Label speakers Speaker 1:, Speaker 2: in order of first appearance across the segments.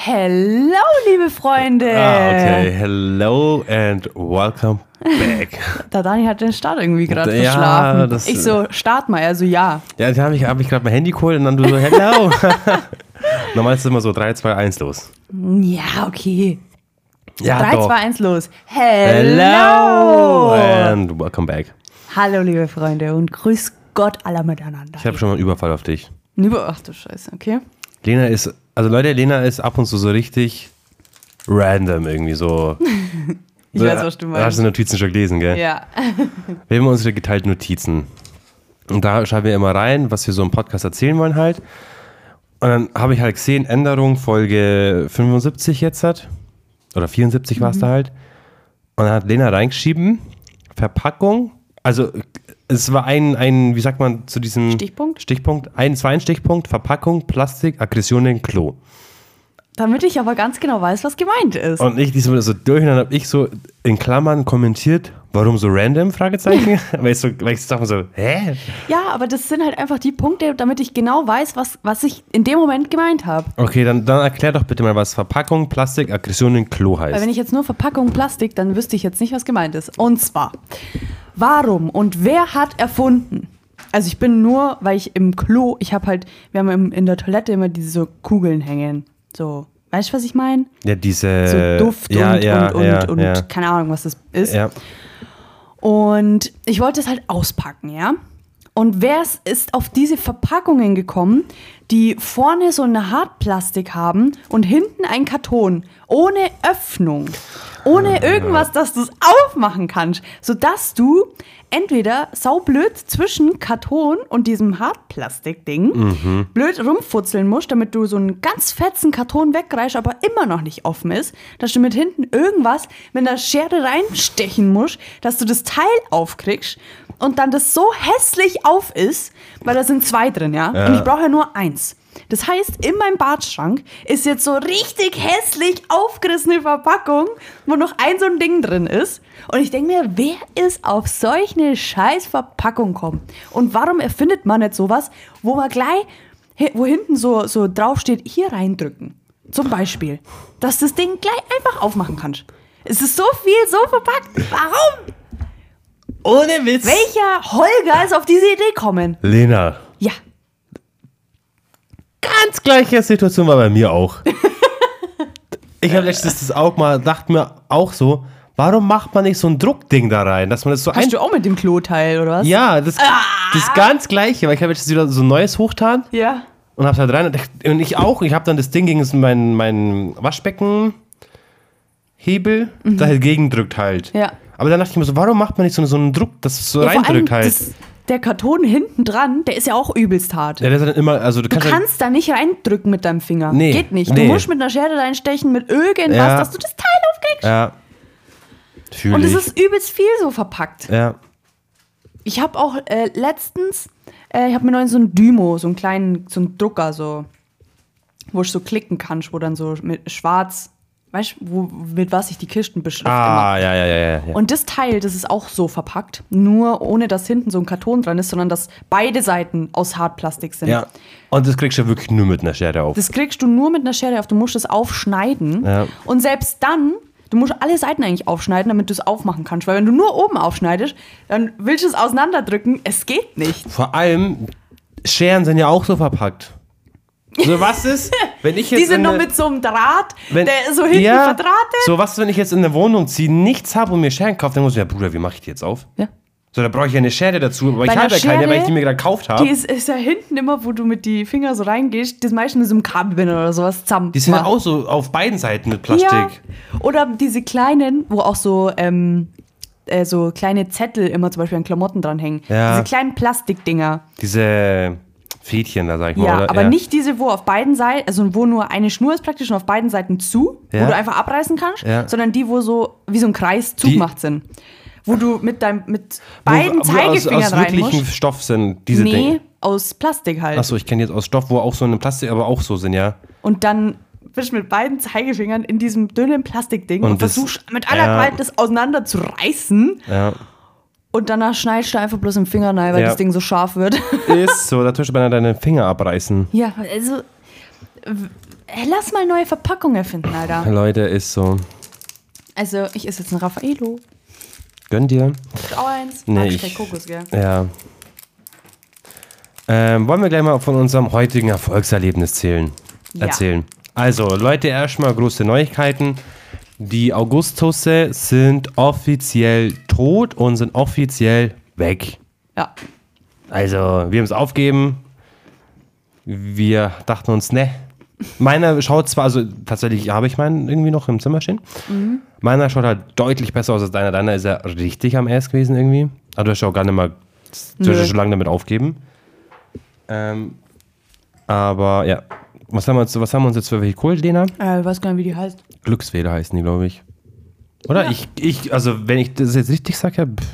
Speaker 1: Hello, liebe Freunde!
Speaker 2: Ah, okay. Hello and welcome back.
Speaker 1: Der Dani hat den Start irgendwie gerade
Speaker 2: Ja,
Speaker 1: verschlafen.
Speaker 2: das-
Speaker 1: ich so, start mal, also ja.
Speaker 2: ja, da habe ich, hab ich gerade mein Handy geholt und dann du so, hello. Normal ist es immer so 3, 2, 1 los.
Speaker 1: Ja, okay.
Speaker 2: Ja,
Speaker 1: 3,
Speaker 2: doch.
Speaker 1: 2, 1, los. Hello!
Speaker 2: Hello and welcome back.
Speaker 1: Hallo, liebe Freunde und grüß Gott alle miteinander.
Speaker 2: Ich habe schon mal einen Überfall auf dich.
Speaker 1: Über, ach du Scheiße, okay.
Speaker 2: Lena ist, also Leute, Lena ist ab und zu so richtig random irgendwie so.
Speaker 1: Ich weiß, was du
Speaker 2: Hast
Speaker 1: meinst.
Speaker 2: du Notizen schon gelesen, gell?
Speaker 1: Ja.
Speaker 2: Wir haben unsere geteilten Notizen. Und da schreiben wir immer rein, was wir so im Podcast erzählen wollen halt. Und dann habe ich halt gesehen, Änderung Folge 75 jetzt hat. Oder 74 war es da halt. Und dann hat Lena reingeschrieben, Verpackung. Also es war ein, ein wie sagt man zu diesem...
Speaker 1: Stichpunkt?
Speaker 2: Stichpunkt. Ein, es war ein Stichpunkt, Verpackung, Plastik, Aggressionen, Klo.
Speaker 1: Damit ich aber ganz genau weiß, was gemeint ist.
Speaker 2: Und ich diesmal so durch und dann habe ich so in Klammern kommentiert, warum so random, Fragezeichen. weil ich so, weil ich so dachte so, hä?
Speaker 1: Ja, aber das sind halt einfach die Punkte, damit ich genau weiß, was, was ich in dem Moment gemeint habe.
Speaker 2: Okay, dann, dann erklär doch bitte mal, was Verpackung, Plastik, Aggression in Klo
Speaker 1: Weil wenn
Speaker 2: heißt.
Speaker 1: ich jetzt nur Verpackung Plastik, dann wüsste ich jetzt nicht, was gemeint ist. Und zwar, warum und wer hat erfunden? Also ich bin nur, weil ich im Klo, ich habe halt, wir haben im, in der Toilette immer diese so Kugeln hängen. So, weißt du, was ich meine?
Speaker 2: Ja, diese.
Speaker 1: So Duft
Speaker 2: Äh, ja,
Speaker 1: und,
Speaker 2: ja,
Speaker 1: und, und,
Speaker 2: ja,
Speaker 1: und
Speaker 2: ja,
Speaker 1: keine Ahnung, was das ist.
Speaker 2: ja.
Speaker 1: Und ich wollte es halt auspacken, ja? Und wer es- ist auf diese Verpackungen gekommen, die vorne so eine Hartplastik haben und hinten ein Karton ohne Öffnung, ohne irgendwas, dass du es aufmachen kannst, sodass du entweder saublöd zwischen Karton und diesem Hartplastikding blöd rumfutzeln musst, damit du so einen ganz fetzen Karton wegreißt, aber immer noch nicht offen ist, dass du mit hinten irgendwas mit einer Schere reinstechen musst, dass du das Teil aufkriegst und dann das so hässlich auf ist, weil da sind zwei drin, ja? Und ich brauche ja nur eins. Das heißt, in meinem Badschrank ist jetzt so richtig hässlich aufgerissene Verpackung, wo noch ein so ein Ding drin ist. Und ich denke mir, wer ist auf solch eine scheiß Verpackung kommen? Und warum erfindet man nicht sowas, wo man gleich, hi- wo hinten so, so draufsteht, hier reindrücken? Zum Beispiel. Dass das Ding gleich einfach aufmachen kannst. Es ist so viel, so verpackt. Warum?
Speaker 2: Ohne Witz.
Speaker 1: Welcher Holger ist auf diese Idee kommen?
Speaker 2: Lena,
Speaker 1: Ja.
Speaker 2: ganz gleiche Situation war bei mir auch. ich habe letztens das auch mal, dachte mir auch so, warum macht man nicht so ein Druckding da rein, dass man das so ein.
Speaker 1: Hast du Ah! auch mit dem Kloteil, oder was?
Speaker 2: Ja, das, das ganz gleiche, weil ich habe jetzt wieder so ein neues hochtan.
Speaker 1: Ja.
Speaker 2: und hab's halt rein und ich, und ich auch. Ich hab dann das Ding gegen so meinen mein Waschbecken Hebel da halt gegendrückt halt.
Speaker 1: Mhm. Ja.
Speaker 2: Aber dann dachte ich mir so, warum macht man nicht so, so einen Druck, dass es so
Speaker 1: Ja, vor allem
Speaker 2: reindrückt halt?
Speaker 1: das- Der Karton hinten dran, der ist ja auch übelst hart.
Speaker 2: ja, das ist dann immer, also du
Speaker 1: Du
Speaker 2: kannst, halt-
Speaker 1: kannst da nicht reindrücken mit deinem Finger.
Speaker 2: Nee,
Speaker 1: Geht nicht.
Speaker 2: nee.
Speaker 1: Du musst mit einer Schere reinstechen, mit irgendwas,
Speaker 2: Ja.
Speaker 1: dass du das Teil aufkriegst.
Speaker 2: ja. Fühl
Speaker 1: Und es
Speaker 2: ich.
Speaker 1: ist übelst viel so verpackt.
Speaker 2: ja.
Speaker 1: Ich habe auch äh, letztens, äh, ich habe mir neuen so einen Dymo, so einen kleinen, so einen Drucker, so, wo ich so klicken kann, wo dann so mit schwarz, weißt du, wo- mit was ich die Kisten beschrifte.
Speaker 2: Ah, ja, ja, ja, ja, ja.
Speaker 1: Und das Teil, das ist auch so verpackt, nur ohne dass hinten so ein Karton dran ist, sondern dass beide Seiten aus Hartplastik sind.
Speaker 2: ja. Und das kriegst du ja wirklich nur mit einer Schere auf.
Speaker 1: Das kriegst du nur mit einer Schere auf. Du musst es aufschneiden.
Speaker 2: Ja.
Speaker 1: Und selbst dann, du musst alle Seiten eigentlich aufschneiden, damit du es aufmachen kannst. Weil wenn du nur oben aufschneidest, dann willst du es auseinanderdrücken. Es geht nicht.
Speaker 2: Vor allem, Scheren sind ja auch so verpackt. So, was ist, wenn ich jetzt.
Speaker 1: Die sind
Speaker 2: in
Speaker 1: noch
Speaker 2: eine-
Speaker 1: mit so einem Draht,
Speaker 2: Wenn-
Speaker 1: der so hinten
Speaker 2: ja,
Speaker 1: verdrahtet.
Speaker 2: So was, wenn ich jetzt in der Wohnung ziehe, nichts habe und mir Scheren kaufe, dann muss ich ja, Bruder, wie mache ich die jetzt auf?
Speaker 1: Ja.
Speaker 2: So, da brauche ich ja eine Schere dazu, aber ich
Speaker 1: einer
Speaker 2: habe ja keine, weil ich die
Speaker 1: Schere,
Speaker 2: mir gerade gekauft
Speaker 1: Die
Speaker 2: habe.
Speaker 1: ist, ist ja hinten immer, wo du mit die Finger so reingehst. Das meistens mit so einem Kabelbinder oder sowas zusammen.
Speaker 2: Die sind ja
Speaker 1: gemacht.
Speaker 2: auch so auf beiden Seiten mit Plastik.
Speaker 1: Ja. Oder diese kleinen, wo auch so, ähm, äh, so kleine Zettel immer zum Beispiel an Klamotten dranhängen.
Speaker 2: Ja.
Speaker 1: Diese kleinen Plastikdinger.
Speaker 2: Diese Fädchen da, sag ich mal.
Speaker 1: Ja,
Speaker 2: oder?
Speaker 1: aber nicht diese, wo auf beiden Seiten, also wo nur eine Schnur ist praktisch und auf beiden Seiten zu,
Speaker 2: Ja.
Speaker 1: wo du einfach abreißen kannst,
Speaker 2: Ja.
Speaker 1: sondern die, wo so wie so ein Kreis
Speaker 2: Die-
Speaker 1: zugemacht sind. Wo du mit deinem mit
Speaker 2: Wo-
Speaker 1: beiden
Speaker 2: wo
Speaker 1: Zeigefingern
Speaker 2: aus, aus
Speaker 1: rein
Speaker 2: wirklichem
Speaker 1: musst.
Speaker 2: Stoff sind diese
Speaker 1: Nee,
Speaker 2: Dinge.
Speaker 1: aus Plastik halt.
Speaker 2: Achso, ich kenne jetzt aus Stoff, wo auch so eine Plastik, aber auch so sind, ja.
Speaker 1: Und dann bist du mit beiden Zeigefingern in diesem dünnen Plastikding und,
Speaker 2: Und das-
Speaker 1: versuchst mit aller
Speaker 2: ja.
Speaker 1: Gewalt das auseinander zu reißen.
Speaker 2: Ja.
Speaker 1: Und danach schneidest du einfach bloß im Finger rein, weil
Speaker 2: Ja.
Speaker 1: das Ding so scharf wird.
Speaker 2: Ist so, da tust du beinahe deine Finger abreißen.
Speaker 1: ja, also Äh, Lass mal neue Verpackung erfinden, Alter.
Speaker 2: Leute, ist so.
Speaker 1: Also, ich esse jetzt ein Raffaello.
Speaker 2: Gönn dir.
Speaker 1: Auch eins.
Speaker 2: Nee,
Speaker 1: Ah,
Speaker 2: ich-
Speaker 1: kein Kokos, gell?
Speaker 2: Ja. Ähm, wollen wir gleich mal von unserem heutigen Erfolgserlebnis zählen,
Speaker 1: Ja.
Speaker 2: erzählen. Also, Leute, erstmal große Neuigkeiten. Die Augustusse sind offiziell tot und sind offiziell weg.
Speaker 1: Ja.
Speaker 2: Also, wir haben es aufgeben. Wir dachten uns, ne. Meiner schaut zwar, also tatsächlich habe ich meinen irgendwie noch im Zimmer stehen. Meiner schaut halt deutlich besser aus als deiner. Deiner ist ja richtig am Ass gewesen irgendwie. Aber du hast ja auch gar nicht mal du hast ja
Speaker 1: Nö.
Speaker 2: schon lange damit aufgeben. Ähm, aber ja. Was haben, wir uns, was haben wir uns jetzt für welche geholt, Lena?
Speaker 1: Äh, ich weiß gar nicht, wie die heißt.
Speaker 2: Glücksfeder heißen die, glaube ich. Oder? Ich, ich, also wenn ich das jetzt richtig sage, ja, pff.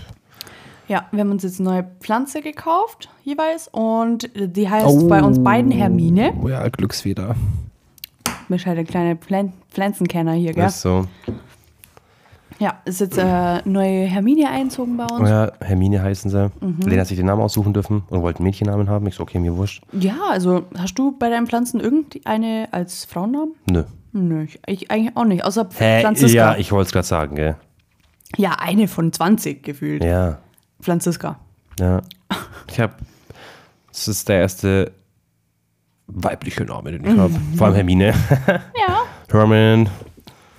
Speaker 1: Ja, wir haben uns jetzt eine neue Pflanze gekauft, jeweils. Und äh, die heißt bei uns beiden Hermine.
Speaker 2: oh ja, Glücksfeder.
Speaker 1: Mir scheint der kleine Pflan Pflanzenkenner hier,
Speaker 2: Ja.
Speaker 1: gell?
Speaker 2: Ist so.
Speaker 1: Ja, ist jetzt äh, neue Hermine einzogen bei uns.
Speaker 2: Oh Ja, Hermine heißen sie.
Speaker 1: Mhm.
Speaker 2: Lena hat sich den Namen aussuchen dürfen und wollte einen Mädchennamen haben. Ich so, okay, mir wurscht.
Speaker 1: Ja, also hast du bei deinen Pflanzen irgendeine als Frauennamen?
Speaker 2: Nö.
Speaker 1: Nö, ich, ich eigentlich auch nicht, außer
Speaker 2: Hä,
Speaker 1: Franziska.
Speaker 2: Äh, ja, ich wollte es gerade sagen, gell.
Speaker 1: ja, eine von 20 gefühlt.
Speaker 2: Ja,
Speaker 1: Franziska.
Speaker 2: ja. Ich hab, das ist der erste weibliche Name, den ich habe.
Speaker 1: Mhm.
Speaker 2: Vor allem Hermine.
Speaker 1: Ja.
Speaker 2: Herman,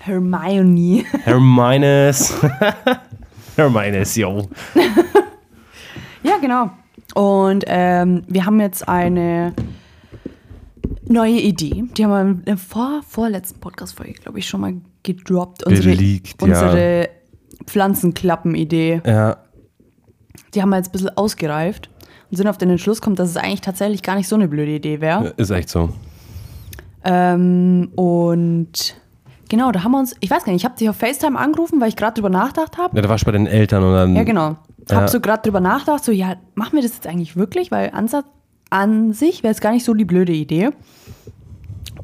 Speaker 1: Hermione.
Speaker 2: Hermines. Hermines, yo.
Speaker 1: ja, genau. Und ähm, wir haben jetzt eine neue Idee. Die haben wir in der vor, vorletzten Podcast-Folge, glaube ich, schon mal gedroppt. Unsere,
Speaker 2: Geleakt, ja.
Speaker 1: unsere Pflanzenklappen-Idee.
Speaker 2: Ja,
Speaker 1: Die haben wir jetzt ein bisschen ausgereift und sind auf den Entschluss gekommen, dass es eigentlich tatsächlich gar nicht so eine blöde Idee wäre.
Speaker 2: ist echt so.
Speaker 1: Ähm, und genau, da haben wir uns, ich weiß gar nicht, ich habe dich auf FaceTime angerufen, weil ich gerade drüber nachgedacht habe.
Speaker 2: Ja, da warst du bei den Eltern und dann.
Speaker 1: Ja, genau. Hab
Speaker 2: Ja.
Speaker 1: so gerade drüber nachgedacht, so, ja, machen wir das jetzt eigentlich wirklich? Weil Ansatz an sich wäre es gar nicht so die blöde Idee.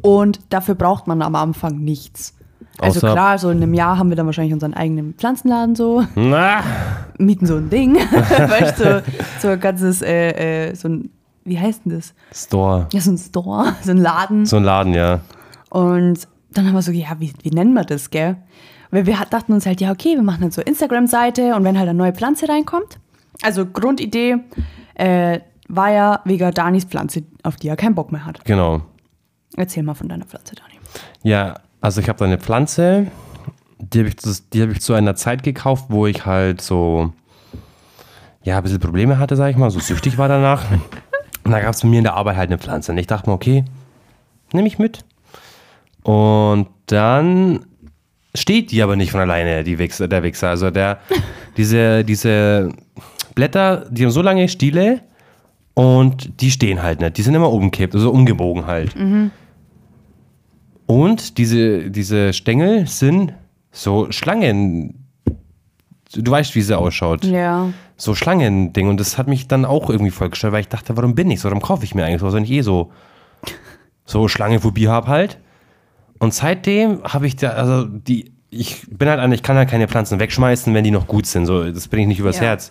Speaker 1: Und dafür braucht man am Anfang nichts. Also
Speaker 2: Außer-
Speaker 1: klar, so in einem Jahr haben wir dann wahrscheinlich unseren eigenen Pflanzenladen so,
Speaker 2: Na,
Speaker 1: mieten so ein Ding, weißt du, so, so ein ganzes, äh, äh, so ein, wie heißt denn das?
Speaker 2: Store.
Speaker 1: Ja, so ein Store, so ein Laden.
Speaker 2: So ein Laden, ja.
Speaker 1: Und dann haben wir so, ja, wie, wie nennen wir das, gell? Weil wir hat- dachten uns halt, ja, okay, wir machen dann so Instagram-Seite und wenn halt eine neue Pflanze reinkommt. Also Grundidee äh, war ja wegen Danis Pflanze, auf die er keinen Bock mehr hat.
Speaker 2: Genau.
Speaker 1: Erzähl mal von deiner Pflanze, Dani.
Speaker 2: Ja, also ich habe da eine Pflanze, die habe ich, zu- die hab ich zu einer Zeit gekauft, wo ich halt so, ja, ein bisschen Probleme hatte, sag ich mal, so süchtig war danach. Und da gab es bei mir in der Arbeit halt eine Pflanze. Und ich dachte mir, okay, nehme ich mit. Und dann steht die aber nicht von alleine, die Wichser, der Wichser. Also der, diese, diese Blätter, die haben so lange Stiele und die stehen halt nicht. Die sind immer umgekippt, also umgebogen halt. Und diese, diese Stängel sind so Schlangen. Du weißt, wie sie ausschaut.
Speaker 1: Ja.
Speaker 2: So Schlangending. Und das hat mich dann auch irgendwie vollgestellt, weil ich dachte, warum bin ich so? Warum kaufe ich mir eigentlich sowas, wenn ich eh so, so Schlangenphobie habe halt? Und seitdem habe ich da, also die, ich bin halt einer, ich kann halt keine Pflanzen wegschmeißen, wenn die noch gut sind. So, das bringe ich nicht übers
Speaker 1: Ja.
Speaker 2: Herz.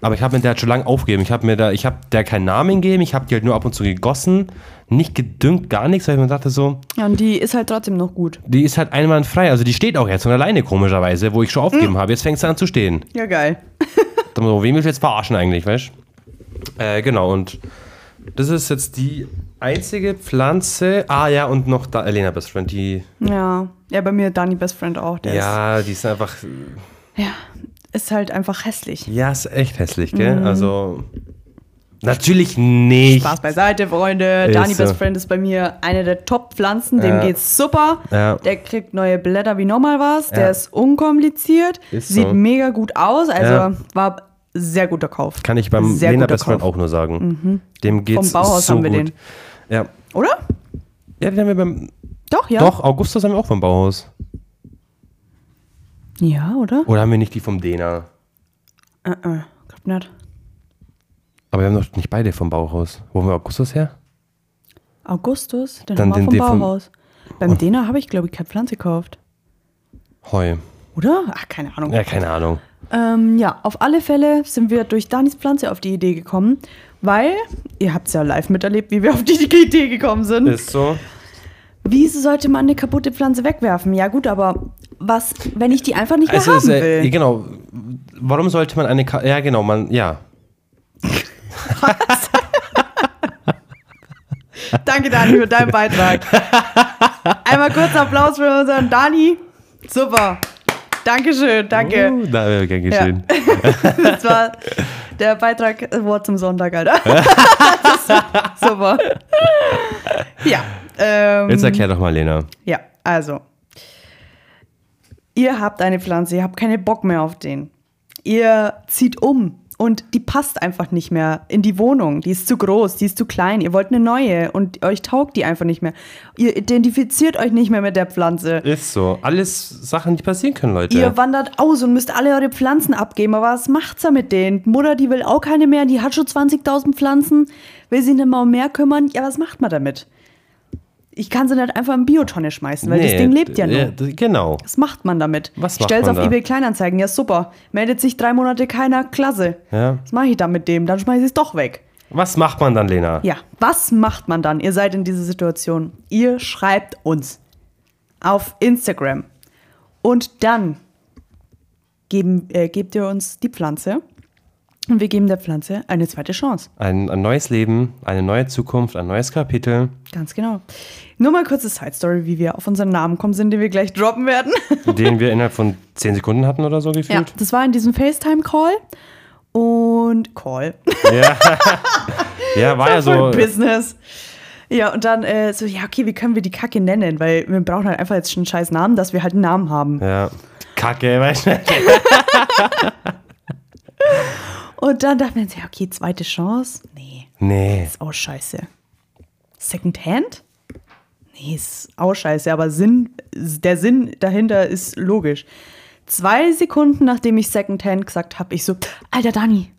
Speaker 2: Aber ich habe mir der halt schon lange aufgegeben. Ich habe mir da, ich habe der keinen Namen gegeben, ich habe die halt nur ab und zu gegossen, nicht gedüngt, gar nichts, weil ich mir dachte so,
Speaker 1: Ja, und die ist halt trotzdem noch gut.
Speaker 2: die ist halt einwandfrei. Also die steht auch jetzt von alleine, komischerweise, wo ich schon aufgegeben habe. Jetzt fängt sie an zu stehen.
Speaker 1: Ja, geil.
Speaker 2: So, wen willst du jetzt verarschen eigentlich, weißt du? Äh, genau, und das ist jetzt die einzige Pflanze. Ah ja, und noch da, Elena Best Friend, die.
Speaker 1: Ja. Ja, bei mir Dani Best Friend auch. Der
Speaker 2: Ja, die ist einfach.
Speaker 1: Ist, ja. Ist halt einfach hässlich.
Speaker 2: Ja, ist echt hässlich, gell? Also. Natürlich nicht.
Speaker 1: Spaß beiseite, Freunde.
Speaker 2: Ist
Speaker 1: Dani
Speaker 2: so.
Speaker 1: Best Friend ist bei mir eine der Top-Pflanzen. Dem
Speaker 2: Ja.
Speaker 1: geht's super.
Speaker 2: Ja.
Speaker 1: Der kriegt neue Blätter wie nochmal was. Der
Speaker 2: Ja.
Speaker 1: ist unkompliziert.
Speaker 2: Ist
Speaker 1: sieht
Speaker 2: so.
Speaker 1: mega gut aus. Also
Speaker 2: Ja.
Speaker 1: war sehr guter Kauf.
Speaker 2: Kann ich beim
Speaker 1: sehr
Speaker 2: Lena
Speaker 1: guter
Speaker 2: Best Friend
Speaker 1: Kauf.
Speaker 2: auch nur sagen. Dem geht's
Speaker 1: Vom Bauhaus
Speaker 2: so
Speaker 1: haben wir
Speaker 2: gut.
Speaker 1: den.
Speaker 2: Ja.
Speaker 1: Oder?
Speaker 2: Ja, den haben wir beim.
Speaker 1: Doch, ja.
Speaker 2: Doch, Augustus haben wir auch vom Bauhaus.
Speaker 1: Ja, oder?
Speaker 2: Oder haben wir nicht die vom Dena?
Speaker 1: Äh, äh. Glaub nicht.
Speaker 2: Aber wir haben doch nicht beide vom Bauhaus. Wo haben wir Augustus her?
Speaker 1: Augustus, den haben
Speaker 2: Dann
Speaker 1: wir
Speaker 2: den-
Speaker 1: vom
Speaker 2: den vom-
Speaker 1: Bauhaus. Beim Dena habe ich, glaube ich, keine Pflanze gekauft.
Speaker 2: Heu.
Speaker 1: Oder? Ach, keine Ahnung.
Speaker 2: Ja, keine Ahnung.
Speaker 1: Ähm, ja, auf alle Fälle sind wir durch Danis Pflanze auf die Idee gekommen, weil ihr habt es ja live miterlebt, wie wir auf die Idee gekommen sind.
Speaker 2: Ist so.
Speaker 1: Wieso sollte man eine kaputte Pflanze wegwerfen? Ja, gut, aber was, wenn ich die einfach nicht mehr
Speaker 2: Also,
Speaker 1: haben
Speaker 2: es, äh,
Speaker 1: will?
Speaker 2: genau. Warum sollte man eine. Ka ja, genau, man. Ja.
Speaker 1: Danke, Dani, für deinen Beitrag. Einmal kurz Applaus für unseren Dani. Super. Dankeschön, danke. Ähm.
Speaker 2: Uh, da wäre gern geschehen.
Speaker 1: Das war der Beitrag äh, Wort zum Sonntag, Alter. Das war super. Ja. Ähm,
Speaker 2: Jetzt erklär doch mal, Lena.
Speaker 1: ja, also. Ihr habt eine Pflanze, ihr habt keine Bock mehr auf den. Ihr zieht um und die passt einfach nicht mehr in die Wohnung. Die ist zu groß, die ist zu klein. Ihr wollt eine neue und euch taugt die einfach nicht mehr. Ihr identifiziert euch nicht mehr mit der Pflanze.
Speaker 2: Ist so. Alles Sachen, die passieren können, Leute.
Speaker 1: Ihr wandert aus und müsst alle eure Pflanzen abgeben, aber was macht's da mit denen? Die Mutter, die will auch keine mehr, die hat schon 20.000 Pflanzen, will sich nicht mal um mehr kümmern. Ja, was macht man damit? Ich kann sie nicht einfach in Biotonne schmeißen, weil das
Speaker 2: Nee,
Speaker 1: Ding lebt ja nur.
Speaker 2: d- d- Genau.
Speaker 1: Was macht man damit?
Speaker 2: Was
Speaker 1: Ich
Speaker 2: macht
Speaker 1: stell's
Speaker 2: man
Speaker 1: auf
Speaker 2: da?
Speaker 1: eBay Kleinanzeigen, ja super. Meldet sich drei Monate keiner, klasse.
Speaker 2: Ja.
Speaker 1: Was mache ich dann mit dem? Dann schmeiß ich es doch weg.
Speaker 2: Was macht man dann, Lena?
Speaker 1: Ja, was macht man dann? Ihr seid in dieser Situation. Ihr schreibt uns auf Instagram. Und dann geben, äh, gebt ihr uns die Pflanze. Und wir geben der Pflanze eine zweite Chance.
Speaker 2: Ein, ein neues Leben, eine neue Zukunft, ein neues Kapitel.
Speaker 1: Ganz genau. Nur mal kurze Side-Story, wie wir auf unseren Namen kommen sind, den wir gleich droppen werden.
Speaker 2: den wir innerhalb von 10 Sekunden hatten oder so gefühlt.
Speaker 1: Das war in diesem FaceTime-Call. Und Call.
Speaker 2: Ja, ja war ja so.
Speaker 1: Voll Business. Ja, und dann äh, so, ja, okay, wie können wir die Kacke nennen? Weil wir brauchen halt einfach jetzt schon einen scheiß Namen, dass wir halt einen Namen haben.
Speaker 2: Ja. Kacke, weißt du?
Speaker 1: Und dann dachte man sich, ja, okay, zweite Chance. Nee,
Speaker 2: Nee.
Speaker 1: ist auch scheiße. Secondhand? Nee, ist auch scheiße, aber Sinn, der Sinn dahinter ist logisch. Zwei Sekunden, nachdem ich Secondhand gesagt habe, ich so, alter Dani,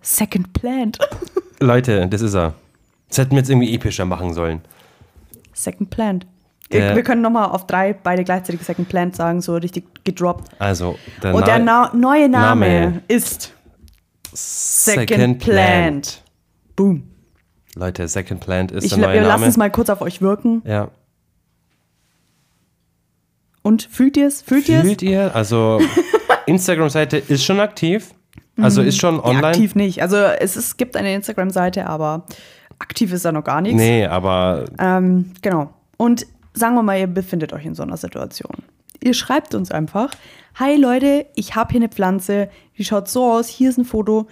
Speaker 1: Second Plant.
Speaker 2: Leute, das ist er. Das hätten wir jetzt irgendwie epischer machen sollen.
Speaker 1: Second Plant.
Speaker 2: Der-
Speaker 1: wir können nochmal auf drei beide gleichzeitig Second Plant sagen, so richtig gedroppt.
Speaker 2: Also, der,
Speaker 1: Und der
Speaker 2: Na-
Speaker 1: Na neue Name,
Speaker 2: Name.
Speaker 1: ist
Speaker 2: Second,
Speaker 1: Second, Plant. Boom.
Speaker 2: Leute, Second Plant ist
Speaker 1: Ich,
Speaker 2: der neue
Speaker 1: wir lassen
Speaker 2: Name.
Speaker 1: es mal kurz auf euch wirken.
Speaker 2: ja.
Speaker 1: Und fühlt ihr es? Fühlt ihr es?
Speaker 2: Fühlt ihr? Also, Instagram-Seite ist schon aktiv. Also ist schon
Speaker 1: Mhm. Ja,
Speaker 2: online.
Speaker 1: Aktiv nicht. Also es ist, gibt eine Instagram-Seite, aber aktiv ist da noch gar nichts.
Speaker 2: Nee, aber
Speaker 1: Ähm, genau. Und sagen wir mal, ihr befindet euch in so einer Situation. Ihr schreibt uns einfach, hi Leute, ich habe hier eine Pflanze, die schaut so aus, hier ist ein Foto,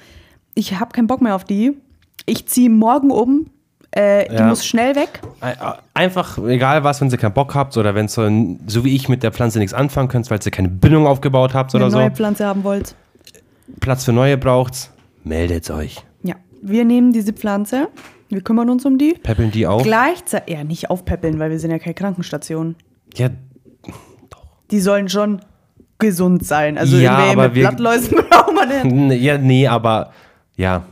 Speaker 1: ich habe keinen Bock mehr auf die, ich ziehe morgen um, äh, die
Speaker 2: Ja.
Speaker 1: muss schnell weg.
Speaker 2: Ein- äh, Einfach, egal was, wenn ihr keinen Bock habt oder wenn so, so wie ich mit der Pflanze nichts anfangen könnt, weil ihr keine Bindung aufgebaut habt
Speaker 1: Wenn ihr
Speaker 2: oder
Speaker 1: eine neue
Speaker 2: so,
Speaker 1: Pflanze haben wollt.
Speaker 2: Platz für neue braucht's, meldet euch.
Speaker 1: Ja, wir nehmen diese Pflanze, wir kümmern uns um die.
Speaker 2: Peppeln die auf.
Speaker 1: Gleichzeitig, ja, nicht aufpäppeln, weil wir sind ja keine Krankenstation.
Speaker 2: Ja,
Speaker 1: die sollen schon gesund sein. Also
Speaker 2: Ja,
Speaker 1: irgendwie
Speaker 2: aber
Speaker 1: mit
Speaker 2: wir- Hm.
Speaker 1: Blattläusen brauchen wir nicht.
Speaker 2: n- ja, nee, aber ja,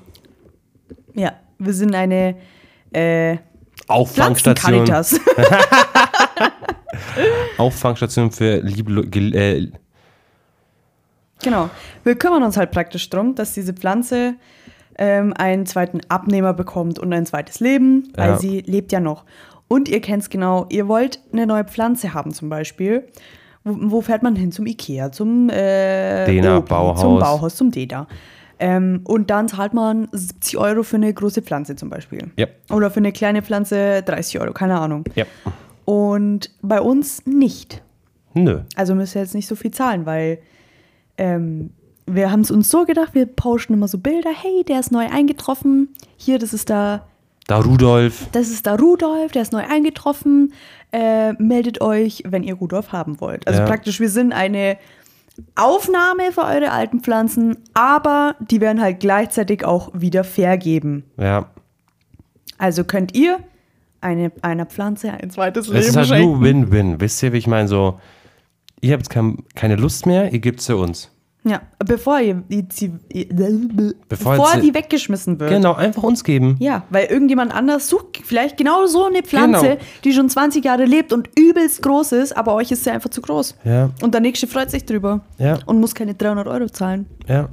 Speaker 1: Ja, wir sind eine äh,
Speaker 2: Auffangstation.
Speaker 1: Pflanzenkaritas.
Speaker 2: Auffangstation für liebe, gel- äh,
Speaker 1: genau. Wir kümmern uns halt praktisch darum, dass diese Pflanze ähm, einen zweiten Abnehmer bekommt und ein zweites Leben, weil
Speaker 2: Ja.
Speaker 1: sie lebt ja noch. Und ihr kennt es genau, ihr wollt eine neue Pflanze haben zum Beispiel. Wo, wo fährt man hin? Zum Ikea, zum äh,
Speaker 2: Dena,
Speaker 1: Obi, zum
Speaker 2: Bauhaus.
Speaker 1: Bauhaus, zum Deda. Ähm, und dann zahlt man 70 Euro für eine große Pflanze zum Beispiel.
Speaker 2: Ja.
Speaker 1: Oder für eine kleine Pflanze 30 Euro, keine Ahnung.
Speaker 2: ja,
Speaker 1: Und bei uns nicht.
Speaker 2: nö.
Speaker 1: Also müsst ihr jetzt nicht so viel zahlen, weil ähm, wir haben es uns so gedacht, wir posten immer so Bilder, hey, der ist neu eingetroffen, hier, das ist da,
Speaker 2: Da Rudolf,
Speaker 1: das ist da Rudolf, der ist neu eingetroffen, äh, meldet euch, wenn ihr Rudolf haben wollt. Also
Speaker 2: Ja.
Speaker 1: praktisch, wir sind eine Aufnahme für eure alten Pflanzen, aber die werden halt gleichzeitig auch wieder vergeben.
Speaker 2: ja.
Speaker 1: Also könnt ihr eine, einer Pflanze ein zweites
Speaker 2: Es ist
Speaker 1: Leben
Speaker 2: halt
Speaker 1: schenken.
Speaker 2: nur Win-Win. Wisst ihr, wie ich meine? So, ihr habt kein, keine Lust mehr, ihr gibt's sie uns.
Speaker 1: Ja, bevor ihr, ihr, sie- ihr bevor,
Speaker 2: sie-
Speaker 1: die weggeschmissen wird.
Speaker 2: Genau, einfach uns geben.
Speaker 1: Ja, weil irgendjemand anders sucht vielleicht genau so eine Pflanze,
Speaker 2: Genau.
Speaker 1: die schon 20 Jahre lebt und übelst groß ist, aber euch ist sie einfach zu groß.
Speaker 2: Ja.
Speaker 1: Und der Nächste freut sich drüber
Speaker 2: Ja.
Speaker 1: und muss keine 300 Euro zahlen.
Speaker 2: ja.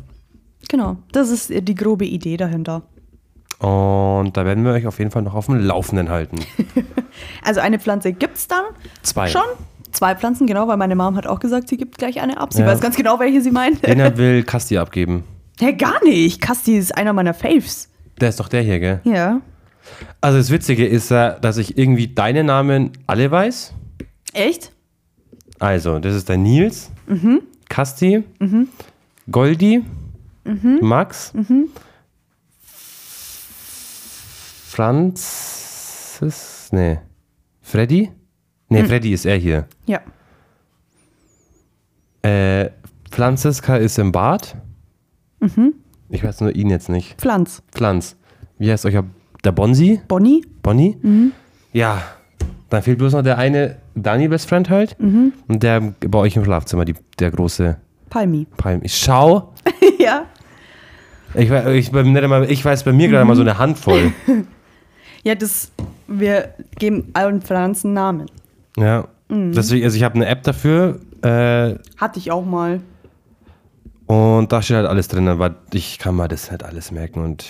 Speaker 1: Genau, das ist die grobe Idee dahinter.
Speaker 2: Und da werden wir euch auf jeden Fall noch auf dem Laufenden halten.
Speaker 1: Also eine Pflanze gibt es dann
Speaker 2: Zwei.
Speaker 1: schon. Zwei Pflanzen, genau, weil meine Mom hat auch gesagt, sie gibt gleich eine ab. Sie
Speaker 2: Ja.
Speaker 1: weiß ganz genau, welche sie meint.
Speaker 2: Den will Kasti abgeben.
Speaker 1: Hä, gar nicht. Kasti ist einer meiner Faves.
Speaker 2: Der ist doch der hier, gell?
Speaker 1: Ja.
Speaker 2: Also das Witzige ist ja, dass ich irgendwie deine Namen alle weiß.
Speaker 1: Echt?
Speaker 2: Also, das ist der Nils, Kasti, Goldi, Max, Franzis, nee, Freddy? Nee, Freddy ist er hier.
Speaker 1: Ja.
Speaker 2: Äh, Franziska ist im Bad. Ich weiß nur ihn jetzt nicht.
Speaker 1: Pflanz.
Speaker 2: Pflanz. Wie heißt euer, der Bonsi?
Speaker 1: Bonnie?
Speaker 2: Bonnie. Ja, dann fehlt bloß noch der eine Dani Best Friend halt. Und der bei euch im Schlafzimmer, die, der große
Speaker 1: Palmi.
Speaker 2: Palm. Ich schau.
Speaker 1: ja.
Speaker 2: Ich, wei- ich, bin nicht einmal- ich weiß bei mir gerade mal so eine Handvoll.
Speaker 1: Ja, das. Wir geben allen Pflanzen Namen.
Speaker 2: ja.
Speaker 1: Mhm.
Speaker 2: Deswegen, also ich habe eine App dafür äh,
Speaker 1: Hatte ich auch mal.
Speaker 2: und da steht halt alles drin, aber ich kann mal das halt alles merken und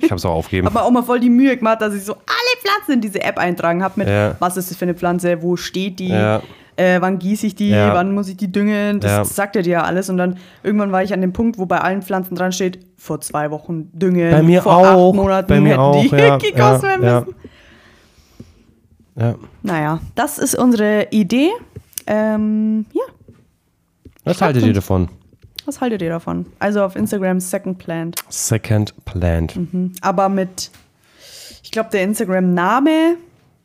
Speaker 2: ich habe es auch aufgegeben.
Speaker 1: Aber auch mal voll die Mühe gemacht, dass ich so alle Pflanzen in diese App eintragen habe mit
Speaker 2: Ja.
Speaker 1: was ist das für eine Pflanze, wo steht die,
Speaker 2: Ja.
Speaker 1: äh, wann gieße ich die,
Speaker 2: Ja.
Speaker 1: wann muss ich die düngen, das
Speaker 2: Ja.
Speaker 1: sagt er dir ja alles und dann irgendwann war ich an dem Punkt, wo bei allen Pflanzen dran steht, vor zwei Wochen düngen,
Speaker 2: Bei mir
Speaker 1: vor
Speaker 2: auch,
Speaker 1: acht Monaten
Speaker 2: bei mir
Speaker 1: hätten
Speaker 2: auch,
Speaker 1: die
Speaker 2: ja,
Speaker 1: gegossen
Speaker 2: ja,
Speaker 1: werden
Speaker 2: ja.
Speaker 1: müssen.
Speaker 2: ja.
Speaker 1: Naja, das ist unsere Idee. Ähm, ja,
Speaker 2: Was haltet ihr davon?
Speaker 1: was haltet ihr davon? Also auf Instagram Second Plant,
Speaker 2: Second Plant.
Speaker 1: aber mit, ich glaube der Instagram-Name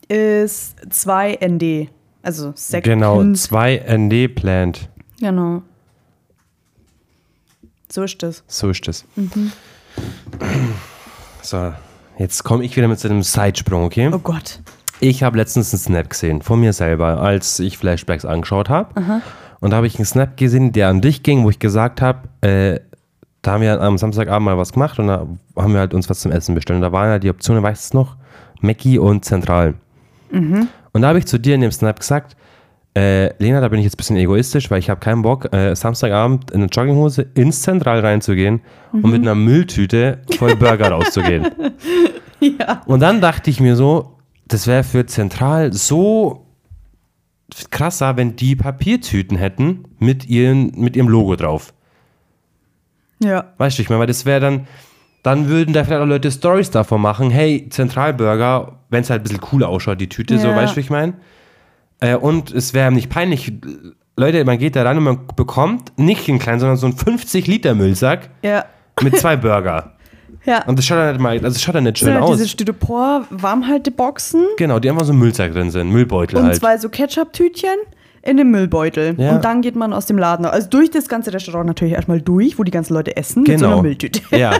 Speaker 1: ist 2ND, also Second
Speaker 2: Genau, 2ND Plant.
Speaker 1: Genau. So ist das.
Speaker 2: So ist es.
Speaker 1: Mhm.
Speaker 2: So, jetzt komme ich wieder mit so einem Sidesprung, okay?
Speaker 1: Oh Gott.
Speaker 2: Ich habe letztens einen Snap gesehen von mir selber, als ich Flashbacks angeschaut habe. Und da habe ich einen Snap gesehen, der an dich ging, wo ich gesagt habe, äh, da haben wir am Samstagabend mal was gemacht und da haben wir halt uns was zum Essen bestellt. Und da waren ja die Optionen, weißt du es noch, Mackie und Zentral. Und da habe ich zu dir in dem Snap gesagt, äh, Lena, da bin ich jetzt ein bisschen egoistisch, weil ich habe keinen Bock, äh, Samstagabend in eine Jogginghose ins Zentral reinzugehen und mit einer Mülltüte voll Burger rauszugehen.
Speaker 1: Ja.
Speaker 2: Und dann dachte ich mir so, das wäre für zentral so krasser, wenn die Papiertüten hätten mit, ihren, mit ihrem Logo drauf.
Speaker 1: Ja.
Speaker 2: Weißt du, ich meine, weil das wäre dann, dann würden da vielleicht auch Leute Stories davon machen, hey, Zentralburger, wenn es halt ein bisschen cooler ausschaut, die Tüte, so,
Speaker 1: Ja.
Speaker 2: weißt du, ich meine. Äh, und es wäre nicht peinlich. Leute, man geht da rein und man bekommt nicht einen kleinen, sondern so einen 50-Liter-Müllsack
Speaker 1: Ja.
Speaker 2: mit zwei Burger.
Speaker 1: Ja.
Speaker 2: Und das schaut dann nicht, mal, also das schaut dann nicht
Speaker 1: sind
Speaker 2: schön
Speaker 1: halt diese
Speaker 2: aus.
Speaker 1: Styropor-Warmhalteboxen
Speaker 2: Genau, die einfach so einen Müllsack drin sind, Müllbeutel
Speaker 1: und
Speaker 2: halt.
Speaker 1: zwei so Ketchup-Tütchen in den Müllbeutel.
Speaker 2: Ja.
Speaker 1: Und dann geht man aus dem Laden. Also durch das ganze Restaurant natürlich erstmal durch, wo die ganzen Leute essen mit so
Speaker 2: Genau.
Speaker 1: einer Mülltüte.
Speaker 2: Ja.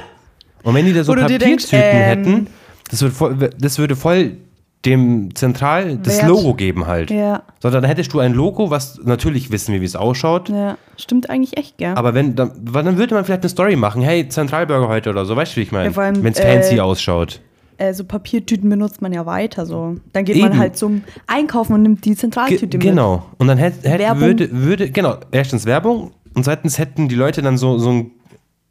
Speaker 2: Und wenn die da so
Speaker 1: Wo du dir
Speaker 2: Papiertüten
Speaker 1: denkst, ähm,
Speaker 2: hätten, das würde, voll, das würde voll dem Zentral das
Speaker 1: Wert.
Speaker 2: Logo geben halt.
Speaker 1: Ja.
Speaker 2: Sondern dann hättest du ein Logo, was natürlich wissen wir, wie es ausschaut.
Speaker 1: Ja. Stimmt eigentlich echt, gell?
Speaker 2: Aber wenn, dann, weil dann würde man vielleicht eine Story machen, hey, Zentralburger heute oder so, weißt du, wie ich meine?
Speaker 1: Ja, vor allem,
Speaker 2: wenn es
Speaker 1: äh,
Speaker 2: fancy ausschaut.
Speaker 1: äh, so Papiertüten benutzt man ja weiter so. Dann geht man
Speaker 2: Eben.
Speaker 1: halt zum Einkaufen und nimmt die
Speaker 2: Ge
Speaker 1: Zentraltüte mit.
Speaker 2: genau. Und dann hätte, hätte
Speaker 1: Werbung.
Speaker 2: würde, würde, genau, erstens Werbung und zweitens hätten die Leute dann so, so ein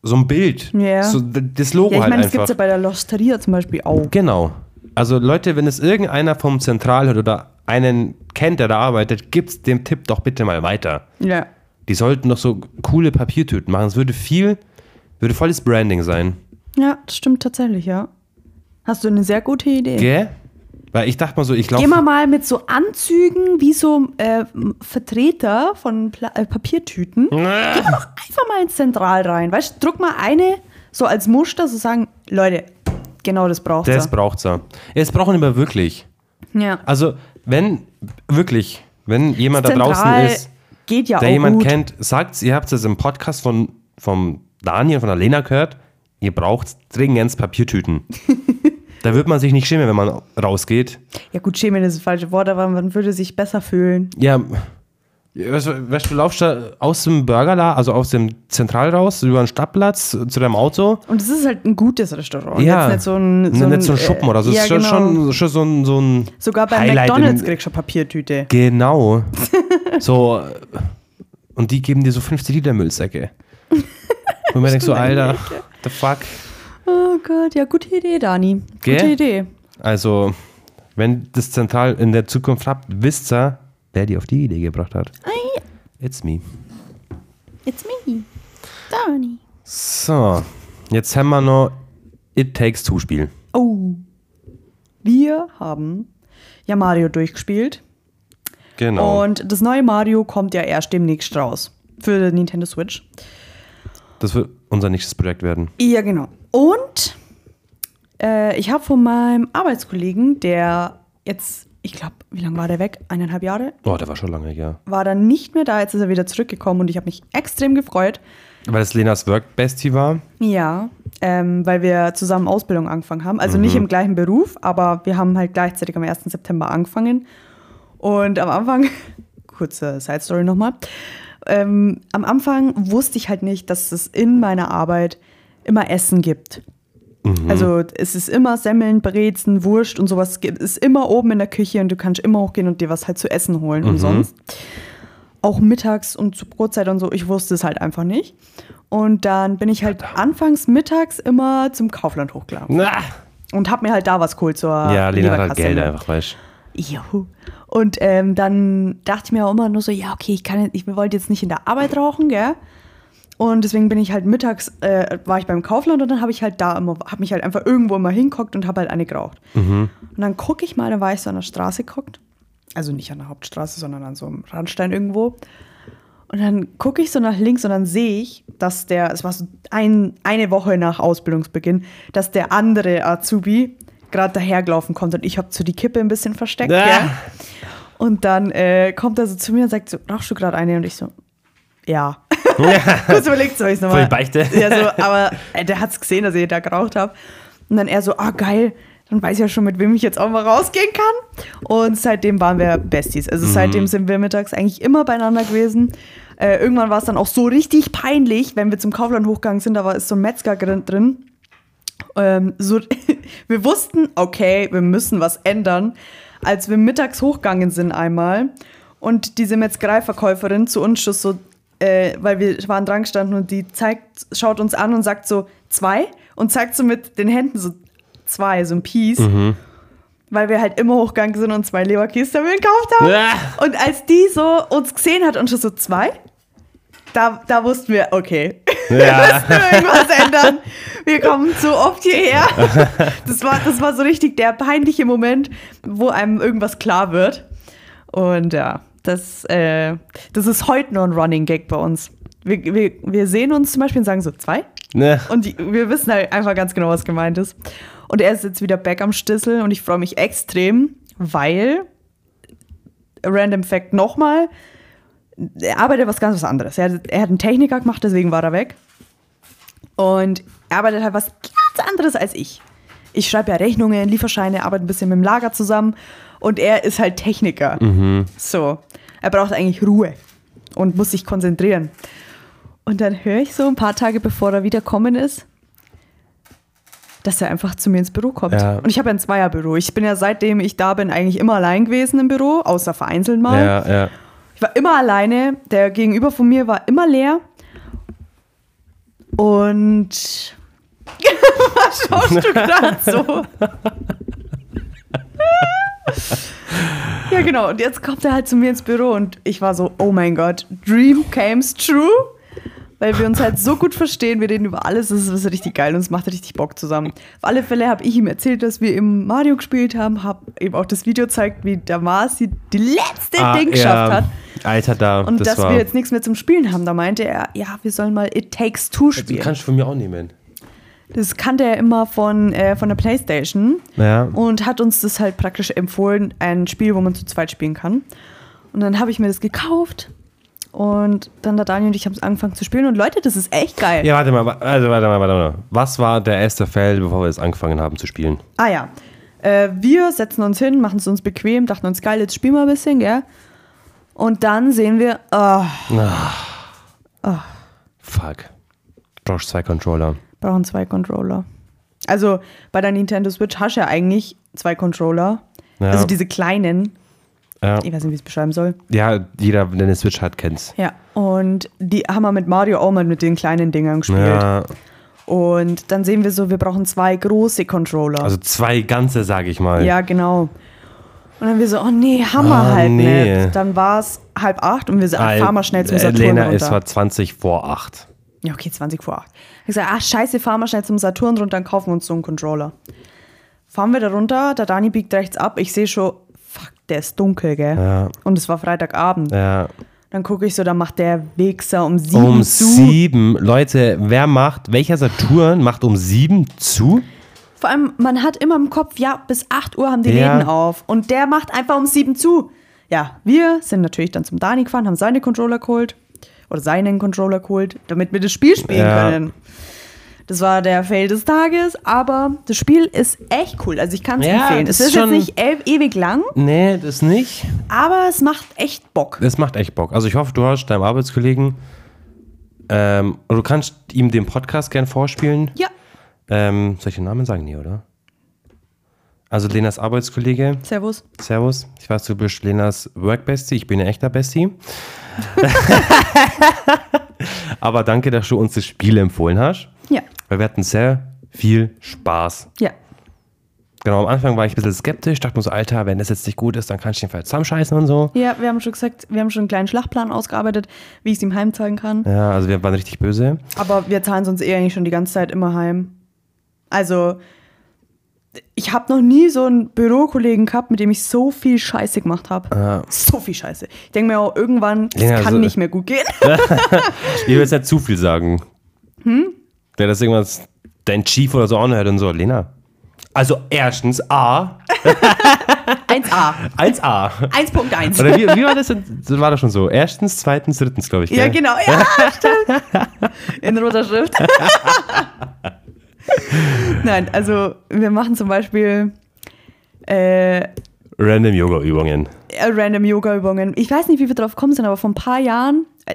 Speaker 2: so ein Bild,
Speaker 1: Ja.
Speaker 2: so, d- das Logo
Speaker 1: Ja, ich
Speaker 2: halt
Speaker 1: meine, das
Speaker 2: einfach.
Speaker 1: gibt es ja bei der Losteria zum Beispiel auch.
Speaker 2: Genau. Also Leute, wenn es irgendeiner vom Zentral hat oder einen kennt, der da arbeitet, gibt's dem Tipp doch bitte mal weiter.
Speaker 1: Ja.
Speaker 2: Die sollten doch so coole Papiertüten machen. Es würde viel, würde volles Branding sein.
Speaker 1: Ja, das stimmt tatsächlich, ja. Hast du eine sehr gute Idee.
Speaker 2: Gell? Weil ich dachte mal so, ich
Speaker 1: Gehen wir
Speaker 2: laufe.
Speaker 1: mal mit so Anzügen wie so äh, Vertreter von Pla äh, Papiertüten
Speaker 2: Hm.
Speaker 1: einfach mal ins Zentral rein. Weißt du, druck mal eine so als Muster, so sagen, Leute, genau das braucht
Speaker 2: Das
Speaker 1: ihr.
Speaker 2: braucht's ja. Es brauchen wir wirklich.
Speaker 1: Ja.
Speaker 2: Also, wenn, wirklich, wenn jemand da draußen
Speaker 1: Zentral
Speaker 2: ist,
Speaker 1: geht ja
Speaker 2: der
Speaker 1: auch
Speaker 2: jemand
Speaker 1: gut.
Speaker 2: kennt, sagt's, ihr habt's jetzt im Podcast von vom Daniel, von der Lena gehört, ihr braucht dringend Papiertüten. da wird man sich nicht schämen, wenn man rausgeht.
Speaker 1: Ja gut, Schämen ist das falsche Wort, aber man würde sich besser fühlen.
Speaker 2: Ja, weißt du, weißt, du, du laufst da aus dem Burgerladen, also aus dem Zentral raus, über den Stadtplatz äh, zu deinem Auto.
Speaker 1: Und es ist halt ein gutes Restaurant.
Speaker 2: ja,
Speaker 1: Jetzt nicht so ein, so
Speaker 2: Ne,
Speaker 1: ein,
Speaker 2: nicht so ein
Speaker 1: äh,
Speaker 2: Schuppen oder so.
Speaker 1: Ja,
Speaker 2: es ist
Speaker 1: genau.
Speaker 2: schon, schon so ein, so ein
Speaker 1: Sogar bei
Speaker 2: Highlight in-
Speaker 1: McDonalds kriegst du Papiertüte.
Speaker 2: Genau. so, äh, und die geben dir so 50 Liter Müllsäcke. Und man denkt so, Alter, the fuck.
Speaker 1: Oh Gott, ja, gute Idee, Dani.
Speaker 2: Gell?
Speaker 1: Gute Idee.
Speaker 2: Also, wenn das zentral in der Zukunft habt, wisst ihr, wer die auf die Idee gebracht hat. It's me.
Speaker 1: It's me, Dani.
Speaker 2: So, jetzt haben wir noch It Takes Two Spiel.
Speaker 1: Oh. Wir haben ja Mario durchgespielt.
Speaker 2: Genau.
Speaker 1: Und das neue Mario kommt ja erst demnächst raus. Für die Nintendo Switch.
Speaker 2: das wird unser nächstes Projekt werden.
Speaker 1: Ja, genau. Und äh, ich habe von meinem Arbeitskollegen, der jetzt, ich glaube, wie lange war der weg? Eineinhalb Jahre?
Speaker 2: Oh, der war schon lange, ja.
Speaker 1: War dann nicht mehr da. Jetzt ist er wieder zurückgekommen und ich habe mich extrem gefreut.
Speaker 2: Weil es Lenas Work Bestie war.
Speaker 1: Ja, ähm, weil wir zusammen Ausbildung angefangen haben. Also nicht im gleichen Beruf, aber wir haben halt gleichzeitig am 1. September angefangen. Und am Anfang, kurze Side Story nochmal. Ähm, am Anfang wusste ich halt nicht, dass es in meiner Arbeit immer Essen gibt.
Speaker 2: Mhm.
Speaker 1: Also es ist immer Semmeln, Brezen, Wurst und sowas. gibt- ist immer oben in der Küche und du kannst immer hochgehen und dir was halt zu essen holen
Speaker 2: Mhm.
Speaker 1: und sonst auch mittags und zur Brotzeit und so, ich wusste es halt einfach nicht. Und dann bin ich halt anfangs mittags immer zum Kaufland hochgelaufen
Speaker 2: Na.
Speaker 1: und hab mir halt da was geholt zur
Speaker 2: Uh. Ja, Lena hat halt
Speaker 1: Leberkasse. ne?
Speaker 2: Geld einfach, weißt du.
Speaker 1: Juhu. Und ähm, dann dachte ich mir auch immer nur so, ja, okay, ich kann, ich wollte jetzt nicht in der Arbeit rauchen, gell? Und deswegen bin ich halt mittags, äh, war ich beim Kaufland und dann habe ich halt da immer, habe mich halt einfach irgendwo immer hingeguckt und habe halt eine geraucht. Und dann gucke ich mal, dann war ich so an der Straße geguckt. Also nicht an der Hauptstraße, sondern an so einem Randstein irgendwo. Und dann gucke ich so nach links und dann sehe ich, dass der, es war so ein, eine Woche nach Ausbildungsbeginn, dass der andere Azubi gerade dahergelaufen kommt und ich habe zu die Kippe ein bisschen versteckt.
Speaker 2: Ah.
Speaker 1: Gell? Und dann äh, kommt er so zu mir und sagt so, rauchst du gerade eine? Und ich so, ja. Kurz überlegt, soll ich es nochmal?
Speaker 2: Voll Beichte.
Speaker 1: Ja, so, aber äh, der hat es gesehen, dass ich da geraucht habe. Und dann er so, ah geil, dann weiß ich ja schon, mit wem ich jetzt auch mal rausgehen kann. Und seitdem waren wir Besties.
Speaker 2: Mhm.
Speaker 1: Also seitdem sind wir mittags eigentlich immer beieinander gewesen. Äh, irgendwann war es dann auch so richtig peinlich, wenn wir zum Kaufland hochgegangen sind, da war ist so ein Metzger drin. drin. Ähm, so, wir wussten, okay, wir müssen was ändern. Als wir mittags hochgegangen sind einmal und diese Metzgereiverkäuferin zu uns schon so, äh, weil wir waren dran gestanden und die zeigt, schaut uns an und sagt so zwei und zeigt so mit den Händen so zwei, so ein Piece. Weil wir halt immer hochgegangen sind und zwei Leberkäsetabellen gekauft haben.
Speaker 2: Ah.
Speaker 1: Und als die so uns gesehen hat und schon so zwei, da, da wussten wir, okay,
Speaker 2: Ja.
Speaker 1: müssen wir irgendwas ändern. Wir kommen zu oft hierher. Das war, das war so richtig der peinliche Moment, wo einem irgendwas klar wird. Und ja, das, äh, das ist heute noch ein Running Gag bei uns. Wir, wir, wir sehen uns zum Beispiel und sagen so zwei.
Speaker 2: Ne.
Speaker 1: Und die, wir wissen halt einfach ganz genau, was gemeint ist. Und er ist jetzt wieder back am Stissel und ich freue mich extrem, weil, random Fact nochmal, er arbeitet was ganz was anderes. Er, hat- er hat einen Techniker gemacht, deswegen war er weg. Und er arbeitet halt was ganz anderes als ich. Ich schreibe ja Rechnungen, Lieferscheine, arbeite ein bisschen mit dem Lager zusammen und er ist halt Techniker.
Speaker 2: Mhm.
Speaker 1: So, er braucht eigentlich Ruhe und muss sich konzentrieren. Und dann höre ich so ein paar Tage, bevor er wiederkommen ist, dass er einfach zu mir ins Büro kommt.
Speaker 2: Ja.
Speaker 1: Und ich habe ja ein Zweierbüro. Ich bin ja seitdem ich da bin eigentlich immer allein gewesen im Büro, außer vereinzelt mal.
Speaker 2: Ja, ja.
Speaker 1: Ich war immer alleine. Der Gegenüber von mir war immer leer. Und. Was schaust du gerade so? ja, genau. Und jetzt kommt er halt zu mir ins Büro und ich war so: Oh mein Gott, Dream comes true. Weil wir uns halt so gut verstehen, wir reden über alles, das ist, das ist richtig geil und es macht richtig Bock zusammen. Auf alle Fälle habe ich ihm erzählt, dass wir im Mario gespielt haben, habe ihm auch das Video gezeigt, wie der Marcy die letzte
Speaker 2: Ah,
Speaker 1: Ding
Speaker 2: ja.
Speaker 1: geschafft hat.
Speaker 2: Alter, da.
Speaker 1: Und
Speaker 2: das
Speaker 1: dass
Speaker 2: war.
Speaker 1: wir jetzt nichts mehr zum Spielen haben, da meinte er, ja, wir sollen mal It Takes Two
Speaker 2: die
Speaker 1: spielen.
Speaker 2: kannst du von mir auch nehmen.
Speaker 1: das kannte er immer von, äh, von der Playstation
Speaker 2: Ja.
Speaker 1: und hat uns das halt praktisch empfohlen, ein Spiel, wo man zu zweit spielen kann. Und dann habe ich mir das gekauft und dann der Daniel und ich haben es angefangen zu spielen und Leute, das ist echt geil.
Speaker 2: Ja, warte mal, wa- also warte mal, warte mal. Was war der erste Fail, bevor wir jetzt angefangen haben zu spielen?
Speaker 1: Ah ja, äh, wir setzen uns hin, machen es uns bequem, dachten uns, geil, jetzt spielen wir ein bisschen, gell? Und dann sehen wir, ah,
Speaker 2: Fuck. Brauchst zwei Controller.
Speaker 1: brauchen zwei Controller. Also bei der Nintendo Switch hast du ja eigentlich zwei Controller.
Speaker 2: Ja.
Speaker 1: Also diese kleinen.
Speaker 2: Ja.
Speaker 1: Ich weiß nicht, wie ich es beschreiben soll.
Speaker 2: Äh, Ja, jeder, der eine Switch hat, kennt's.
Speaker 1: Ja. Und die haben wir mit Mario auch mal mit den kleinen Dingern gespielt.
Speaker 2: Ja.
Speaker 1: Und dann sehen wir so, wir brauchen zwei große Controller.
Speaker 2: Also zwei ganze, sage ich mal.
Speaker 1: ja, genau. Und dann wir so, oh nee, Hammer
Speaker 2: Ah,
Speaker 1: halt
Speaker 2: nee.
Speaker 1: nicht. Dann war es halb acht und wir so, ah,
Speaker 2: Al-
Speaker 1: fahren wir schnell zum
Speaker 2: äh,
Speaker 1: Saturn
Speaker 2: Lena,
Speaker 1: runter.
Speaker 2: es war 20 vor 8.
Speaker 1: ja, okay, 20 vor acht. Ich sag, ach scheiße, fahren wir schnell zum Saturn runter, dann kaufen wir uns so einen Controller. Fahren wir da runter, der Dani biegt rechts ab, ich sehe schon, fuck, der ist dunkel, gell?
Speaker 2: Ja.
Speaker 1: Und es war Freitagabend.
Speaker 2: Ja.
Speaker 1: Dann gucke ich so, dann macht der Wichser um sieben
Speaker 2: Äh, Um
Speaker 1: zu.
Speaker 2: sieben. Leute, wer macht, welcher Saturn macht um sieben zu?
Speaker 1: Vor allem, man hat immer im Kopf, ja, bis 8 Uhr haben die
Speaker 2: Ja.
Speaker 1: Läden auf. Und der macht einfach um 7 zu. Ja, wir sind natürlich dann zum Dani gefahren, haben seine Controller geholt. Oder seinen Controller geholt, damit wir das Spiel spielen
Speaker 2: Ja.
Speaker 1: können. Das war der Fail des Tages, aber das Spiel ist echt cool. Also ich kann es
Speaker 2: Ja,
Speaker 1: empfehlen.
Speaker 2: das
Speaker 1: Es
Speaker 2: ist
Speaker 1: ist jetzt
Speaker 2: schon-
Speaker 1: nicht e- ewig lang,
Speaker 2: Nee, das nicht.
Speaker 1: aber es macht echt Bock.
Speaker 2: Das macht echt Bock. Also ich hoffe, du hast deinem Arbeitskollegen, ähm, oder du kannst ihm den Podcast gern vorspielen.
Speaker 1: Ja,
Speaker 2: Ähm, soll ich den Namen sagen? Nee, oder? Also Lenas Arbeitskollege,
Speaker 1: servus.
Speaker 2: Servus. Ich weiß, du bist Lenas Workbestie. Ich bin ein echter Bestie. Aber danke, dass du uns das Spiel empfohlen hast.
Speaker 1: Ja,
Speaker 2: Weil wir hatten sehr viel Spaß.
Speaker 1: ja.
Speaker 2: Genau, am Anfang war ich ein bisschen skeptisch, dachte mir so, Alter, wenn das jetzt nicht gut ist, dann kann ich den Fall zusammenscheißen und so.
Speaker 1: Ja, wir haben schon gesagt, wir haben schon einen kleinen Schlachtplan ausgearbeitet, wie ich es ihm heimzahlen kann.
Speaker 2: Ja, also wir waren richtig böse.
Speaker 1: Aber wir zahlen sonst eh eigentlich schon die ganze Zeit immer heim. Also, ich habe noch nie so einen Bürokollegen gehabt, mit dem ich so viel Scheiße gemacht habe. So viel Scheiße. Ich denke mir auch, irgendwann, es
Speaker 2: Lena,
Speaker 1: kann
Speaker 2: so-
Speaker 1: nicht mehr gut gehen.
Speaker 2: Ich will jetzt nicht zu viel sagen. Hm? Der das irgendwas, dein Chief oder so anhört und so, Lena. Also erstens A,
Speaker 1: 1a.
Speaker 2: 1A.
Speaker 1: 1.1.
Speaker 2: Oder wie, wie war das? denn? So War das schon so? Erstens, zweitens, drittens, glaube ich.
Speaker 1: Ja,
Speaker 2: gell?
Speaker 1: genau. Ja, stimmt. In roter Schrift. Nein, also wir machen zum Beispiel äh,
Speaker 2: Random Yoga-Übungen.
Speaker 1: äh, random Yoga-Übungen. Ich weiß nicht, wie wir drauf gekommen sind, aber vor ein paar Jahren äh,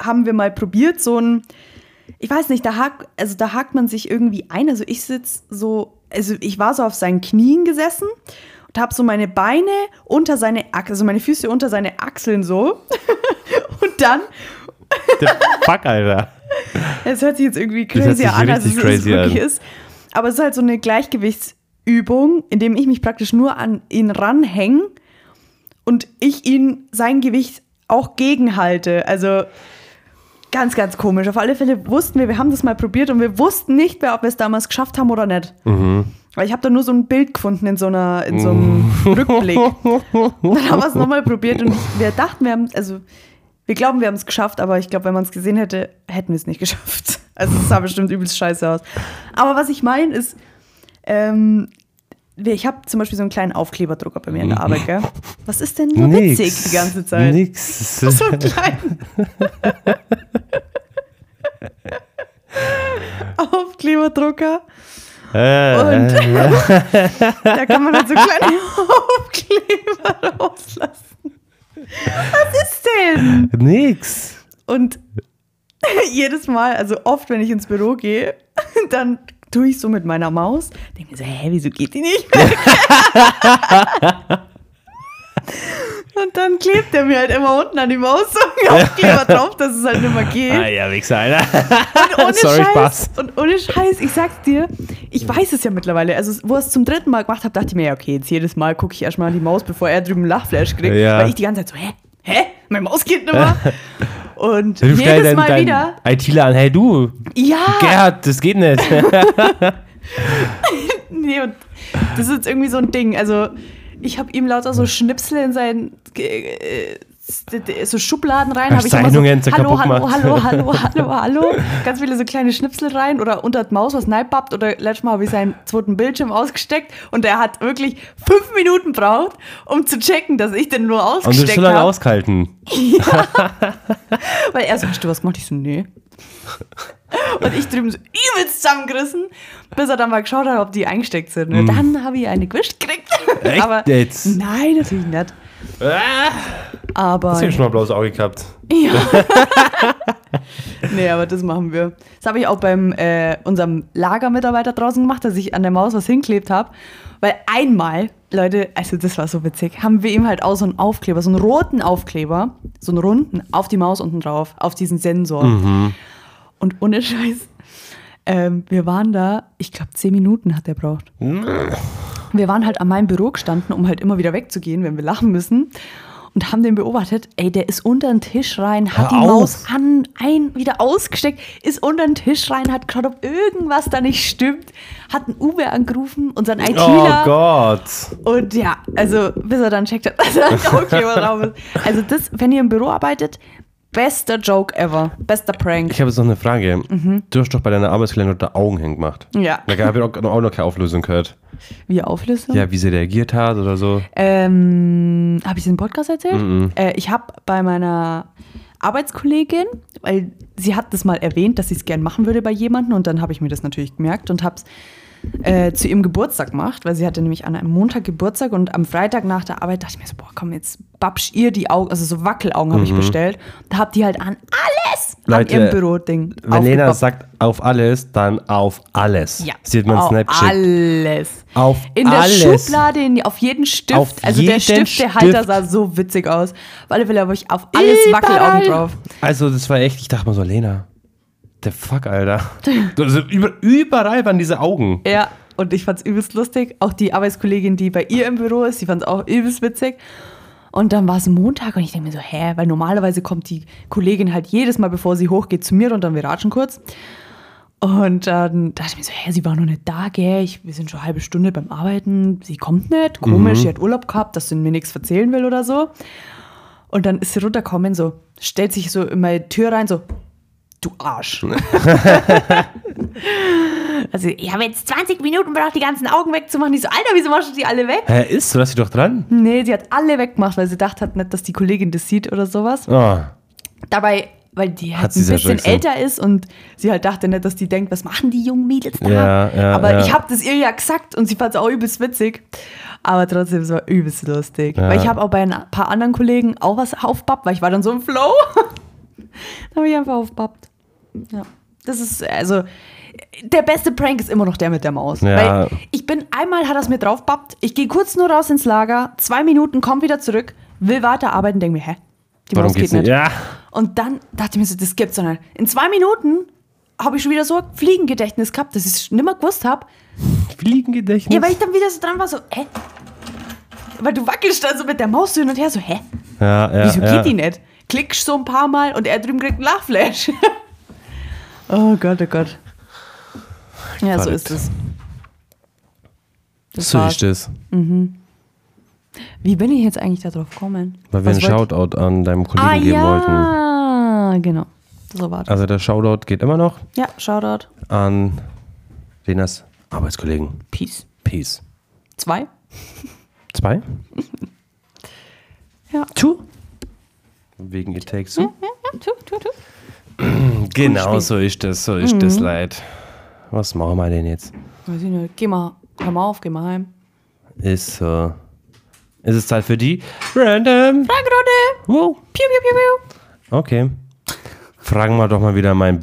Speaker 1: haben wir mal probiert, so ein, ich weiß nicht, da hakt, also da hakt man sich irgendwie ein. Also ich sitz so, also ich war so auf seinen Knien gesessen und habe so meine Beine unter seine Achseln, also meine Füße unter seine Achseln so. und dann,
Speaker 2: The fuck, Alter.
Speaker 1: es hört sich jetzt irgendwie
Speaker 2: Das hört
Speaker 1: crazy
Speaker 2: sich
Speaker 1: an, als es,
Speaker 2: richtig
Speaker 1: es
Speaker 2: crazy
Speaker 1: wirklich
Speaker 2: an.
Speaker 1: ist. Aber es ist halt so eine Gleichgewichtsübung, in dem ich mich praktisch nur an ihn ranhänge und ich ihn sein Gewicht auch gegenhalte. Also ganz, ganz komisch. Auf alle Fälle wussten wir, wir haben das mal probiert und wir wussten nicht mehr, ob wir es damals geschafft haben oder nicht. Weil ich habe da nur so ein Bild gefunden in so, einer, in so einem Rückblick. Und dann haben wir es nochmal probiert und ich, wir dachten, wir haben, also wir glauben, wir haben es geschafft, aber ich glaube, wenn man es gesehen hätte, hätten wir es nicht geschafft. Also es sah bestimmt übelst scheiße aus. Aber was ich meine ist, ähm, wir- ich habe zum Beispiel so einen kleinen Aufkleberdrucker bei mir in der Arbeit, gell? Was ist denn nur witzig die ganze Zeit?
Speaker 2: Nix.
Speaker 1: So einen kleinen Aufkleberdrucker.
Speaker 2: Äh,
Speaker 1: Und da kann man halt so kleine Aufkleber rauslassen. Was ist denn?
Speaker 2: nix.
Speaker 1: Und jedes Mal, also oft, wenn ich ins Büro gehe, dann tue ich so mit meiner Maus, denke mir so, hä, wieso geht die nicht weg? Und dann klebt er mir halt immer unten an die Maus so einen Aufkleber drauf, dass es halt nicht mehr geht.
Speaker 2: Ah ja, Wichser, Alter.
Speaker 1: Und ohne
Speaker 2: Sorry,
Speaker 1: Scheiß,
Speaker 2: Spaß.
Speaker 1: Und ohne Scheiß, ich sag's dir, ich weiß es ja mittlerweile. Also, wo ich es zum dritten Mal gemacht habe, dachte ich mir, ja, okay, jetzt jedes Mal gucke ich erstmal an die Maus, bevor er drüben einen Lachflash kriegt.
Speaker 2: Ja.
Speaker 1: Weil ich die ganze Zeit so, hä? Hä? Meine Maus geht nicht mehr. Und
Speaker 2: Du schnell
Speaker 1: jedes
Speaker 2: dein,
Speaker 1: Mal
Speaker 2: dein
Speaker 1: wieder, Ah.
Speaker 2: ITler an, hey du,
Speaker 1: ja,
Speaker 2: Gerhard, das geht nicht.
Speaker 1: nee, und das ist jetzt irgendwie so ein Ding. Also, ich habe ihm lauter so Schnipsel in seinen. äh, äh, so Schubladen rein, habe ich immer so,
Speaker 2: Zeichnungen, so
Speaker 1: hallo,
Speaker 2: kaputt
Speaker 1: hallo,
Speaker 2: macht.
Speaker 1: hallo, hallo, hallo, hallo, ganz viele so kleine Schnipsel rein oder unter das Maus was neibappt oder letztes Mal habe ich seinen zweiten Bildschirm ausgesteckt und er hat wirklich fünf Minuten braucht, um zu checken, dass ich den nur
Speaker 2: Und du bist
Speaker 1: ausgesteckt
Speaker 2: so lange
Speaker 1: habe,
Speaker 2: ausgehalten.
Speaker 1: weil er so, hast du was gemacht? Ich so, nee. Und ich drüben so übelst zusammengerissen, bis er dann mal geschaut hat, ob die eingesteckt sind. Und dann habe ich eine gewischt gekriegt.
Speaker 2: Mhm. Echt
Speaker 1: Aber
Speaker 2: jetzt?
Speaker 1: Nein, natürlich nicht. Aber
Speaker 2: Ah, Hast du schon mal blaues Auge gehabt?
Speaker 1: Ja. nee, aber das machen wir. Das habe ich auch beim äh, unserem Lagermitarbeiter draußen gemacht, dass ich an der Maus was hinklebt habe. Weil einmal, Leute, also das war so witzig, haben wir ihm halt auch so einen Aufkleber, so einen roten Aufkleber, so einen
Speaker 2: Mhm.
Speaker 1: runden, auf die Maus unten drauf, auf diesen Sensor. Und ohne Scheiß. Ähm, wir waren da, ich glaube, zehn Minuten hat er braucht. Wir waren halt an meinem Büro gestanden, um halt immer wieder wegzugehen, wenn wir lachen müssen. Und haben den beobachtet, ey, der ist unter den Tisch rein, hat
Speaker 2: Hör
Speaker 1: die
Speaker 2: auf.
Speaker 1: Maus an, ein, wieder ausgesteckt, ist unter den Tisch rein, hat gerade ob irgendwas da nicht stimmt, hat einen Uber angerufen, unseren ITler.
Speaker 2: Oh Gott.
Speaker 1: Und ja, also bis er dann checkt hat, dass er auch jemand drauf ist. Also das, wenn ihr im Büro arbeitet, bester Joke ever, bester Prank.
Speaker 2: Ich habe jetzt noch eine Frage. Du hast doch bei deiner Arbeitskollegin unter Augen hängen gemacht.
Speaker 1: Mhm. Ja.
Speaker 2: Da habe ich auch auch noch keine Auflösung gehört.
Speaker 1: Wie Auflösung?
Speaker 2: Ja, wie sie reagiert hat oder so.
Speaker 1: Ähm, habe ich es im Podcast erzählt? Äh, ich habe bei meiner Arbeitskollegin, weil sie hat das mal erwähnt, dass sie es gern machen würde bei jemandem und dann habe ich mir das natürlich gemerkt und habe es äh, zu ihrem Geburtstag gemacht, weil sie hatte nämlich an einem Montag Geburtstag und am Freitag nach der Arbeit dachte ich mir so, boah, komm, jetzt babsch ihr die Augen, also so Wackelaugen habe ich bestellt. Da habt ihr halt an alles
Speaker 2: Leute,
Speaker 1: an ihrem Büroding
Speaker 2: Wenn Lena
Speaker 1: aufgepappt.
Speaker 2: sagt auf alles, dann auf alles.
Speaker 1: ja.
Speaker 2: Sieht man
Speaker 1: Auf
Speaker 2: Snapchat.
Speaker 1: Alles.
Speaker 2: Auf
Speaker 1: In der
Speaker 2: alles.
Speaker 1: Schublade, in, auf jeden Stift.
Speaker 2: Auf
Speaker 1: also der
Speaker 2: jeden
Speaker 1: Stift, der Halter
Speaker 2: Stift.
Speaker 1: sah so witzig aus. Auf alle Fälle habe ich auf alles
Speaker 2: Überall.
Speaker 1: Wackelaugen drauf.
Speaker 2: Also das war echt, ich dachte mal so, Lena, the fuck, Alter. Also, über, überall waren diese Augen.
Speaker 1: Ja, und ich fand's übelst lustig. Auch die Arbeitskollegin, die bei ihr im Büro ist, die fand's auch übelst witzig. Und dann war es Montag und ich denke mir so, hä, weil normalerweise kommt die Kollegin halt jedes Mal, bevor sie hochgeht, zu mir und dann wir ratschen kurz. Und dann dachte ich mir so, hä, sie war noch nicht da, gell, ich, wir sind schon eine halbe Stunde beim Arbeiten, sie kommt nicht, komisch, sie hat Urlaub gehabt, dass sie mir nichts erzählen will oder so. Und dann ist sie runtergekommen, so, stellt sich so in meine Tür rein, so, du Arsch. also, ich habe jetzt 20 Minuten braucht, die ganzen Augen wegzumachen. Ich so, Alter, wieso machst du die alle weg?
Speaker 2: Hä, ist so, lass sie doch dran.
Speaker 1: Nee, sie hat alle weggemacht, weil sie dachte hat nicht, dass die Kollegin das sieht oder sowas.
Speaker 2: Ah,
Speaker 1: Dabei, weil die halt
Speaker 2: Hat
Speaker 1: ein
Speaker 2: sie's ja schon
Speaker 1: bisschen
Speaker 2: gesehen.
Speaker 1: älter ist und sie halt dachte nicht, dass die denkt, was machen die jungen Mädels da?
Speaker 2: Ja, ja,
Speaker 1: Aber
Speaker 2: ja.
Speaker 1: ich habe das ihr ja gesagt und sie fand es auch übelst witzig. Aber trotzdem, es war übelst lustig.
Speaker 2: Ja.
Speaker 1: Weil ich habe auch bei ein paar anderen Kollegen auch was aufbappt, weil ich war dann so im Flow. da habe ich einfach aufbappt. Ja. Das ist, also, der beste Prank ist immer noch der mit der Maus.
Speaker 2: Ja.
Speaker 1: Weil ich bin, einmal hat er es mir draufbappt, ich gehe kurz nur raus ins Lager, zwei Minuten, komm wieder zurück, will weiterarbeiten, denke mir, hä? Die
Speaker 2: warum geht's nicht? Ja.
Speaker 1: und dann dachte ich mir so, das gibt's doch nicht. In zwei Minuten habe ich schon wieder so ein Fliegengedächtnis gehabt, dass ich es nimmer gewusst habe.
Speaker 2: Fliegengedächtnis.
Speaker 1: Ja, weil ich dann wieder so dran war, so, hä? Weil du wackelst dann so mit der Maus so hin und her, so, hä?
Speaker 2: ja, ja,
Speaker 1: Wieso
Speaker 2: ja.
Speaker 1: geht die nicht? Klickst so ein paar Mal und er drüben kriegt einen Lachflash. oh Gott, oh Gott. Ja, so ist
Speaker 2: Verrückt.
Speaker 1: es. Das
Speaker 2: So
Speaker 1: war's.
Speaker 2: ist es.
Speaker 1: Wie bin ich jetzt eigentlich darauf gekommen?
Speaker 2: Weil wir
Speaker 1: Was
Speaker 2: einen
Speaker 1: wollt-
Speaker 2: Shoutout an deinem Kollegen
Speaker 1: ah,
Speaker 2: geben wollten.
Speaker 1: ja, genau. So war das.
Speaker 2: Also der Shoutout geht immer noch
Speaker 1: Ja, Shoutout.
Speaker 2: an Lenas Arbeitskollegen.
Speaker 1: Peace.
Speaker 2: Peace.
Speaker 1: Zwei?
Speaker 2: Zwei?
Speaker 1: Ja.
Speaker 2: Two. Wegen It Takes
Speaker 1: Hm?
Speaker 2: Two.
Speaker 1: Tu, tu, tu.
Speaker 2: Genau, so ist das, so ist das leid. Was machen wir denn jetzt?
Speaker 1: Weiß ich nicht. Geh mal, hör mal auf, geh mal heim.
Speaker 2: Ist so. Ist es Zeit für die Random?
Speaker 1: Fragerunde!
Speaker 2: Wow.
Speaker 1: Piu, piu, piu, piu.
Speaker 2: Okay. Fragen wir doch mal wieder meinen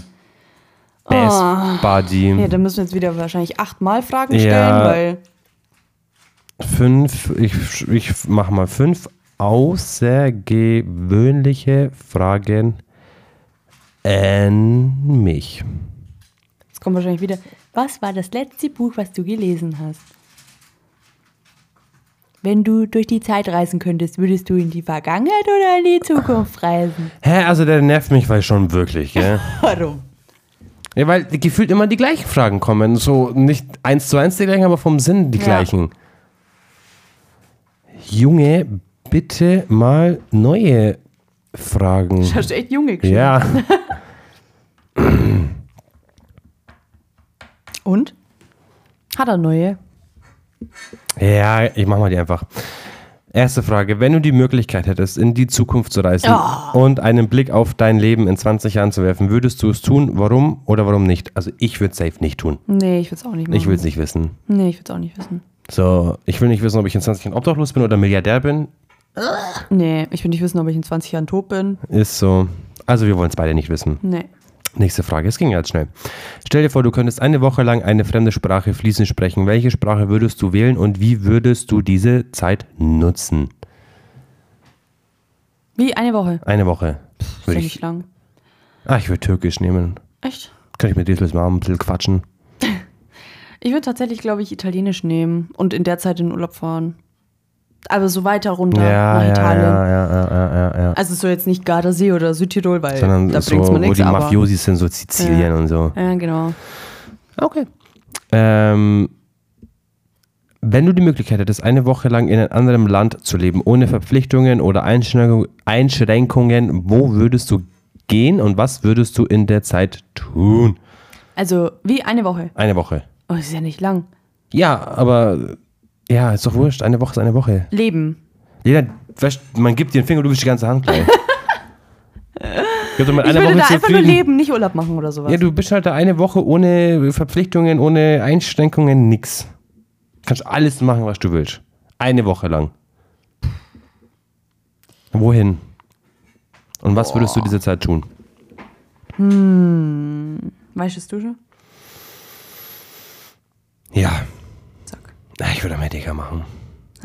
Speaker 2: Best
Speaker 1: Ja,
Speaker 2: Buddy.
Speaker 1: dann müssen wir jetzt wieder wahrscheinlich achtmal Fragen
Speaker 2: Ja.
Speaker 1: stellen, weil.
Speaker 2: Fünf, ich, ich mach mal fünf außergewöhnliche Fragen an mich.
Speaker 1: Jetzt kommt wahrscheinlich wieder. Was war das letzte Buch, was du gelesen hast? Wenn du durch die Zeit reisen könntest, würdest du in die Vergangenheit oder in die Zukunft reisen?
Speaker 2: Hä, also der nervt mich, weil schon wirklich, gell?
Speaker 1: Warum?
Speaker 2: Ja, weil gefühlt immer die gleichen Fragen kommen. So nicht eins zu eins die gleichen, aber vom Sinn die
Speaker 1: Ja.
Speaker 2: gleichen. Junge, bitte mal neue Fragen.
Speaker 1: Du hast echt Junge geschrieben.
Speaker 2: Ja,
Speaker 1: Und? Hat er neue?
Speaker 2: ja, ich mach mal die einfach. Erste Frage, wenn du die Möglichkeit hättest, in die Zukunft zu reisen und einen Blick auf dein Leben in 20 Jahren zu werfen, würdest du es tun? Warum oder warum nicht? Also ich würde safe nicht tun.
Speaker 1: Nee, ich will's auch nicht machen.
Speaker 2: Ich will es nicht wissen.
Speaker 1: Nee, ich will's auch nicht wissen.
Speaker 2: So, ich will nicht wissen, ob ich in 20 Jahren obdachlos bin oder Milliardär bin.
Speaker 1: Nee, ich will nicht wissen, ob ich in 20 Jahren tot bin.
Speaker 2: Ist so. Also wir wollen es beide nicht wissen.
Speaker 1: Nee.
Speaker 2: Nächste Frage, es ging ganz schnell. Stell dir vor, du könntest eine Woche lang eine fremde Sprache fließend sprechen. Welche Sprache würdest du wählen und wie würdest du diese Zeit nutzen?
Speaker 1: Wie eine Woche.
Speaker 2: Eine Woche.
Speaker 1: Ist ja
Speaker 2: Würde
Speaker 1: nicht
Speaker 2: ich,
Speaker 1: lang.
Speaker 2: ah, ich würde Türkisch nehmen.
Speaker 1: Echt?
Speaker 2: Kann ich mit Diesel mal ein bisschen quatschen?
Speaker 1: Ich würde tatsächlich, glaube ich, Italienisch nehmen und in der Zeit in den Urlaub fahren. Aber so weiter runter nach Italien.
Speaker 2: ja, ja, ja, ja, ja, ja.
Speaker 1: Also so jetzt nicht Gardasee oder Südtirol, weil
Speaker 2: Sondern
Speaker 1: da
Speaker 2: so,
Speaker 1: bringt's mir
Speaker 2: wo
Speaker 1: nichts.
Speaker 2: die
Speaker 1: aber-
Speaker 2: Mafiosis sind, so Sizilien
Speaker 1: Ja.
Speaker 2: und so.
Speaker 1: Ja, genau.
Speaker 2: Okay. Ähm, wenn du die Möglichkeit hättest, eine Woche lang in einem anderen Land zu leben, ohne Verpflichtungen oder Einschränkung- Einschränkungen, wo würdest du gehen und was würdest du in der Zeit tun?
Speaker 1: Also wie eine Woche.
Speaker 2: Eine Woche.
Speaker 1: Oh, das ist ja nicht lang.
Speaker 2: Ja, aber ja, ist doch wurscht. Eine Woche ist eine Woche.
Speaker 1: Leben.
Speaker 2: Jeder, weißt, man gibt dir den Finger, du bist die ganze Hand gleich. Ich glaub, mit
Speaker 1: Ich
Speaker 2: einer
Speaker 1: würde
Speaker 2: Woche
Speaker 1: da
Speaker 2: ist
Speaker 1: einfach nur
Speaker 2: zufrieden.
Speaker 1: leben, nicht Urlaub machen oder sowas.
Speaker 2: Ja, du bist halt da eine Woche ohne Verpflichtungen, ohne Einschränkungen, nix. Kannst alles machen, was du willst. Eine Woche lang. Wohin? Und was würdest du diese Zeit tun?
Speaker 1: weißt du es schon?
Speaker 2: Ja,
Speaker 1: Zack.
Speaker 2: ich würde Amerika machen.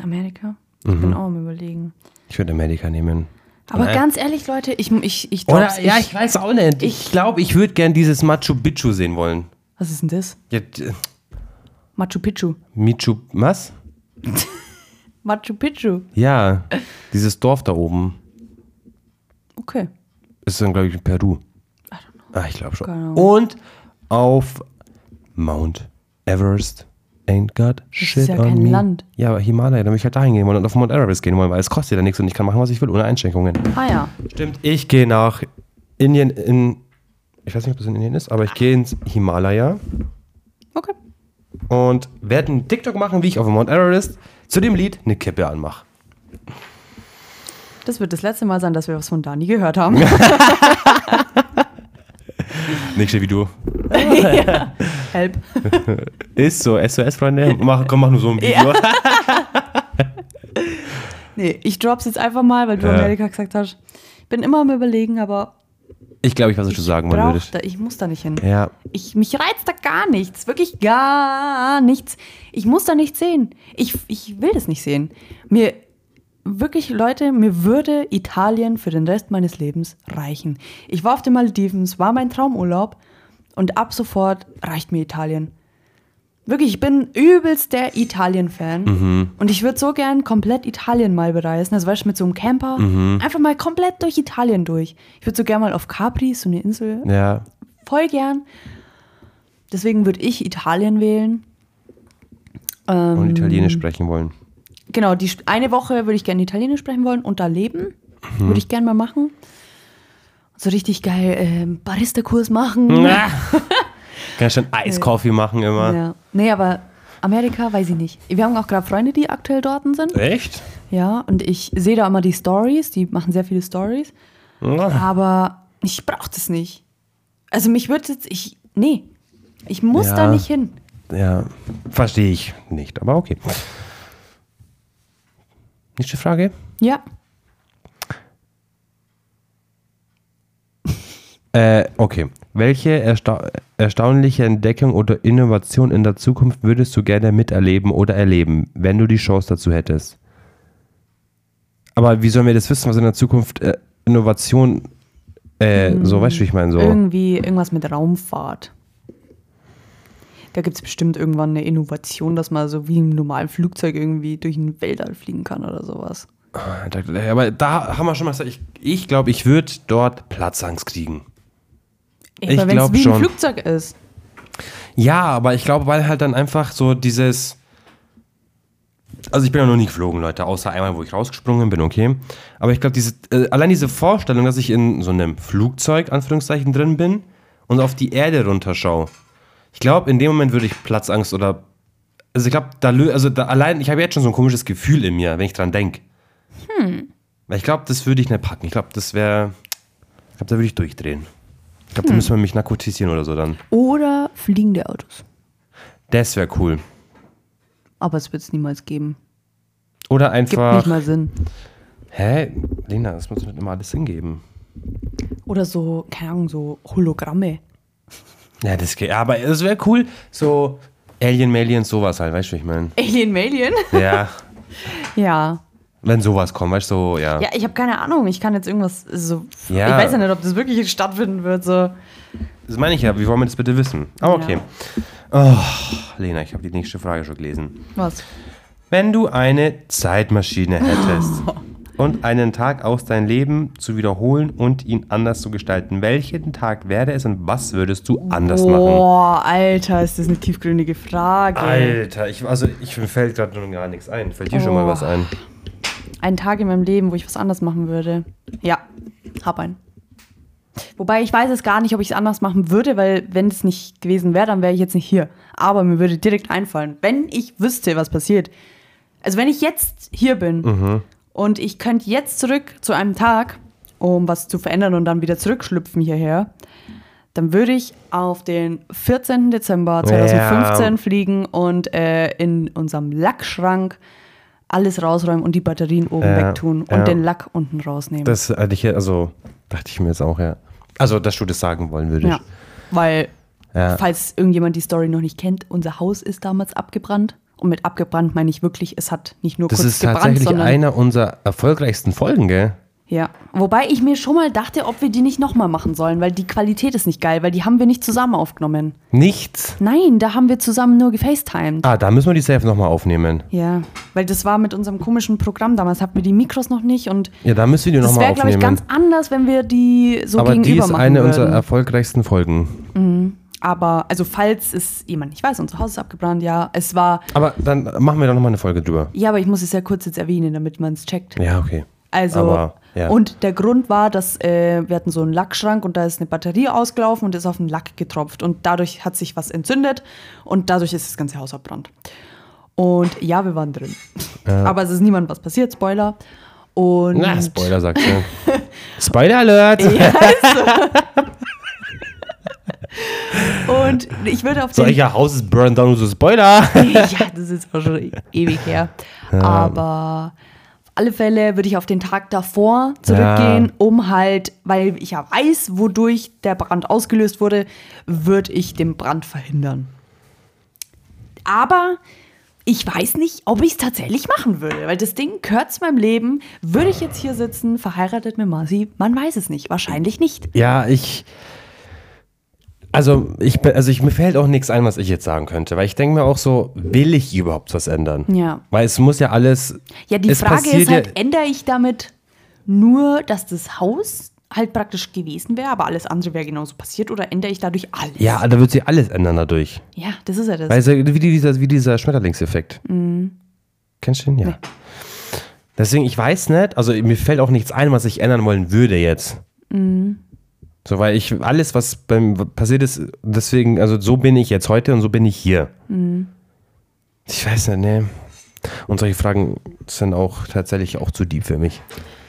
Speaker 1: Amerika. Ich
Speaker 2: Mhm.
Speaker 1: bin auch am überlegen.
Speaker 2: Ich würde Amerika nehmen.
Speaker 1: Aber
Speaker 2: Oder-
Speaker 1: ganz ehrlich, Leute, ich, ich, ich
Speaker 2: Oder,
Speaker 1: glaub's,
Speaker 2: ja, ich weiß auch nicht. Ich glaube, ich würde gern dieses Machu Picchu sehen wollen.
Speaker 1: Was ist denn das?
Speaker 2: Ja, d-
Speaker 1: Machu Picchu.
Speaker 2: Michu, was?
Speaker 1: Machu Picchu.
Speaker 2: Ja, dieses Dorf da oben
Speaker 1: Okay.
Speaker 2: ist dann, glaube ich, in Peru. Ah, ich glaube schon.
Speaker 1: Keine
Speaker 2: Und auf Mount Everest ain't got shit
Speaker 1: ist ja
Speaker 2: on
Speaker 1: kein
Speaker 2: me.
Speaker 1: Land.
Speaker 2: Ja, aber Himalaya, da möchte ich halt dahin gehen wollen und auf Mount Everest gehen wollen, weil es kostet ja nichts und ich kann machen, was ich will, ohne Einschränkungen.
Speaker 1: Ah ja.
Speaker 2: Stimmt, ich gehe nach Indien in. Ich weiß nicht, ob das in Indien ist, aber ich gehe ins Himalaya
Speaker 1: Okay.
Speaker 2: und werde einen TikTok machen, wie ich auf dem Mount Everest zu dem Lied eine Kippe anmache.
Speaker 1: Das wird das letzte Mal sein, dass wir was von Dani gehört haben.
Speaker 2: Nächste Video.
Speaker 1: Help.
Speaker 2: Ist so, SOS, Freunde. Mach, komm, mach nur so ein Video.
Speaker 1: Nee, ich drop's jetzt einfach mal, weil du
Speaker 2: Ja.
Speaker 1: Amerika gesagt hast. Ich bin immer am überlegen, aber
Speaker 2: Ich glaube, ich weiß, was du sagen wollen
Speaker 1: brauch
Speaker 2: würdest.
Speaker 1: da, ich muss da nicht hin.
Speaker 2: Ja,
Speaker 1: Ich, mich reizt da gar nichts, wirklich gar nichts. Ich muss da nichts sehen. Ich, ich will das nicht sehen. Mir, wirklich, Leute, mir würde Italien für den Rest meines Lebens reichen. Ich war auf den Malediven, es war mein Traumurlaub und ab sofort reicht mir Italien. Wirklich, ich bin übelst der Italien-Fan und ich würde so gern komplett Italien mal bereisen. Also weißt du, mit so einem Camper, einfach mal komplett durch Italien durch. Ich würde so gern mal auf Capri, so eine Insel,
Speaker 2: ja.
Speaker 1: voll gern. Deswegen würde ich Italien wählen. Ähm,
Speaker 2: Und Italienisch sprechen wollen.
Speaker 1: Genau, die Sp- eine Woche würde ich gerne Italienisch sprechen wollen und da leben. Würde ich gerne mal machen. So richtig geil ähm, Barista-Kurs machen.
Speaker 2: Kannst schon Eiskaffee machen immer.
Speaker 1: Ja. Nee, aber Amerika weiß ich nicht. Wir haben auch gerade Freunde, die aktuell dort sind.
Speaker 2: Echt?
Speaker 1: Ja, und ich sehe da immer die Stories. Die machen sehr viele Stories.
Speaker 2: Ja.
Speaker 1: Aber ich brauche das nicht. Also mich würde jetzt, ich, nee, ich muss
Speaker 2: Ja.
Speaker 1: da nicht hin.
Speaker 2: ja. Verstehe ich nicht, aber okay. Nächste Frage.
Speaker 1: Ja.
Speaker 2: Äh, okay. Welche ersta erstaunliche Entdeckung oder Innovation in der Zukunft würdest du gerne miterleben oder erleben, wenn du die Chance dazu hättest? Aber wie sollen wir das wissen, was in der Zukunft äh, Innovation, äh, so weißt du, wie ich meine, so.
Speaker 1: Irgendwie irgendwas mit Raumfahrt. Da gibt es bestimmt irgendwann eine Innovation, dass man so wie im normalen Flugzeug irgendwie durch den Weltall fliegen kann oder sowas.
Speaker 2: Da- Aber da haben wir schon mal gesagt, ich glaube, ich, glaub, ich würde dort Platzangst kriegen. Ich
Speaker 1: Aber wenn es
Speaker 2: glaub
Speaker 1: wie ein
Speaker 2: schon.
Speaker 1: Flugzeug ist.
Speaker 2: Ja, aber ich glaube, weil halt dann einfach so dieses. Also ich bin ja noch nie geflogen, Leute, außer einmal, wo ich rausgesprungen bin, okay. Aber ich glaube, diese, äh, allein diese Vorstellung, dass ich in so einem Flugzeug, Anführungszeichen, drin bin und auf die Erde runterschaue. Ich glaube, in dem Moment würde ich Platzangst oder. Also ich glaube, da, lö- also da allein, ich habe jetzt schon so ein komisches Gefühl in mir, wenn ich dran denke. Hm. Ich glaube, das würde ich nicht packen. Ich glaube, das wäre. Ich glaube, da würde ich durchdrehen. Ich glaube, da müsste man mich narkotisieren oder so dann.
Speaker 1: Oder fliegende Autos.
Speaker 2: Das wäre cool.
Speaker 1: Aber es wird es niemals geben.
Speaker 2: Oder
Speaker 1: Gibt
Speaker 2: einfach.
Speaker 1: nicht mal Sinn.
Speaker 2: Hä? Lena, das muss nicht immer alles hingeben.
Speaker 1: Oder so, keine Ahnung, so Hologramme.
Speaker 2: Ja, das geht. Aber es wäre cool, so Alien, Maliens, sowas halt, weißt du, wie ich meine?
Speaker 1: Alien Malien?
Speaker 2: Ja.
Speaker 1: Ja.
Speaker 2: Wenn sowas kommt, weißt du, so, ja.
Speaker 1: Ja, ich habe keine Ahnung. Ich kann jetzt irgendwas so.
Speaker 2: Ja.
Speaker 1: Ich weiß ja nicht, ob das wirklich stattfinden wird. So.
Speaker 2: Das meine ich ja, wie wollen wir das bitte wissen? Aber okay. Oh, Lena, ich habe die nächste Frage schon gelesen.
Speaker 1: Was?
Speaker 2: Wenn du eine Zeitmaschine hättest und einen Tag aus deinem Leben zu wiederholen und ihn anders zu gestalten, welchen Tag wäre es und was würdest du anders machen?
Speaker 1: Boah, Alter, ist das eine tiefgründige Frage.
Speaker 2: Alter, ich, also ich mir fällt gerade nun gar nichts ein. Fällt dir schon mal
Speaker 1: Oh.
Speaker 2: was ein?
Speaker 1: Einen Tag in meinem Leben, wo ich was anders machen würde. Ja, hab einen. Wobei ich weiß es gar nicht, ob ich es anders machen würde, weil wenn es nicht gewesen wäre, dann wäre ich jetzt nicht hier. Aber mir würde direkt einfallen, wenn ich wüsste, was passiert. Also wenn ich jetzt hier bin und ich könnte jetzt zurück zu einem Tag, um was zu verändern und dann wieder zurückschlüpfen hierher, dann würde ich auf den 14. Dezember 2015 fliegen und äh, in unserem Lackschrank alles rausräumen und die Batterien oben
Speaker 2: Ja,
Speaker 1: wegtun und
Speaker 2: ja.
Speaker 1: den Lack unten rausnehmen.
Speaker 2: Das hatte ich ja, also dachte ich mir jetzt auch, ja. Also, dass du das sagen wollen würdest.
Speaker 1: ja, weil
Speaker 2: Ja.
Speaker 1: Falls irgendjemand die Story noch nicht kennt, unser Haus ist damals abgebrannt. Und mit abgebrannt meine ich wirklich, es hat nicht nur
Speaker 2: Das
Speaker 1: kurz
Speaker 2: ist
Speaker 1: gebrannt,
Speaker 2: tatsächlich
Speaker 1: sondern.
Speaker 2: einer unserer erfolgreichsten Folgen, gell?
Speaker 1: ja. Wobei ich mir schon mal dachte, ob wir die nicht nochmal machen sollen, weil die Qualität ist nicht geil, weil die haben wir nicht zusammen aufgenommen.
Speaker 2: Nichts.
Speaker 1: Nein, da haben wir zusammen nur gefacetimed.
Speaker 2: Ah, da müssen wir die Safe nochmal aufnehmen.
Speaker 1: Ja, weil das war mit unserem komischen Programm damals, hatten wir die Mikros noch nicht und
Speaker 2: Ja, da müssen wir die
Speaker 1: das
Speaker 2: nochmal
Speaker 1: wäre, glaube
Speaker 2: aufnehmen.
Speaker 1: ich, ganz anders, wenn wir die so
Speaker 2: Aber die
Speaker 1: gegenüber
Speaker 2: ist
Speaker 1: machen
Speaker 2: eine
Speaker 1: würden.
Speaker 2: unserer erfolgreichsten Folgen.
Speaker 1: Aber, also falls es jemand nicht weiß, unser Haus ist abgebrannt, ja. Es war,
Speaker 2: Aber dann machen wir da nochmal eine Folge drüber.
Speaker 1: ja, aber ich muss es ja kurz jetzt erwähnen, damit man es checkt.
Speaker 2: Ja, okay.
Speaker 1: Also,
Speaker 2: Aber, ja.
Speaker 1: und der Grund war, dass äh, wir hatten so einen Lackschrank und da ist eine Batterie ausgelaufen und ist auf den Lack getropft. Und dadurch hat sich was entzündet und dadurch ist das ganze Haus verbrannt. Und ja, wir waren drin. Aber es ist niemandem was passiert, Spoiler. Und
Speaker 2: Na, Spoiler sagt er. Spoiler Alert!
Speaker 1: Und ich würde auf
Speaker 2: So,
Speaker 1: den.
Speaker 2: euer Haus ist burned down, so Spoiler!
Speaker 1: ja, das ist auch schon ewig her. Aber auf alle Fälle würde ich auf den Tag davor zurückgehen, um halt, weil ich ja weiß, wodurch der Brand ausgelöst wurde, würde ich den Brand verhindern. Aber ich weiß nicht, ob ich es tatsächlich machen würde, weil das Ding gehört zu meinem Leben. Würde ich jetzt hier sitzen, verheiratet mit Marci? Man weiß es nicht. Wahrscheinlich nicht.
Speaker 2: Ja, ich. Also, ich bin, also ich, mir fällt auch nichts ein, was ich jetzt sagen könnte, weil ich denke mir auch so, will ich überhaupt was ändern?
Speaker 1: Ja.
Speaker 2: Weil es muss ja alles.
Speaker 1: Ja, die
Speaker 2: es
Speaker 1: Frage
Speaker 2: passiert
Speaker 1: ist halt,
Speaker 2: ja,
Speaker 1: ändere ich damit nur, dass das Haus halt praktisch gewesen wäre, aber alles andere wäre genauso passiert oder ändere ich dadurch alles?
Speaker 2: ja, da wird sich alles ändern dadurch.
Speaker 1: Ja, das ist ja das.
Speaker 2: Weißt du, wie dieser, wie dieser Schmetterlingseffekt.
Speaker 1: Mhm.
Speaker 2: Kennst du den? Ja. Deswegen, ich weiß nicht, also mir fällt auch nichts ein, was ich ändern wollen würde jetzt.
Speaker 1: Mhm.
Speaker 2: So, weil ich alles, was beim passiert ist, deswegen, also so bin ich jetzt heute und so bin ich hier.
Speaker 1: Mhm.
Speaker 2: Ich weiß nicht, ne. Und solche Fragen sind auch tatsächlich auch zu deep für mich.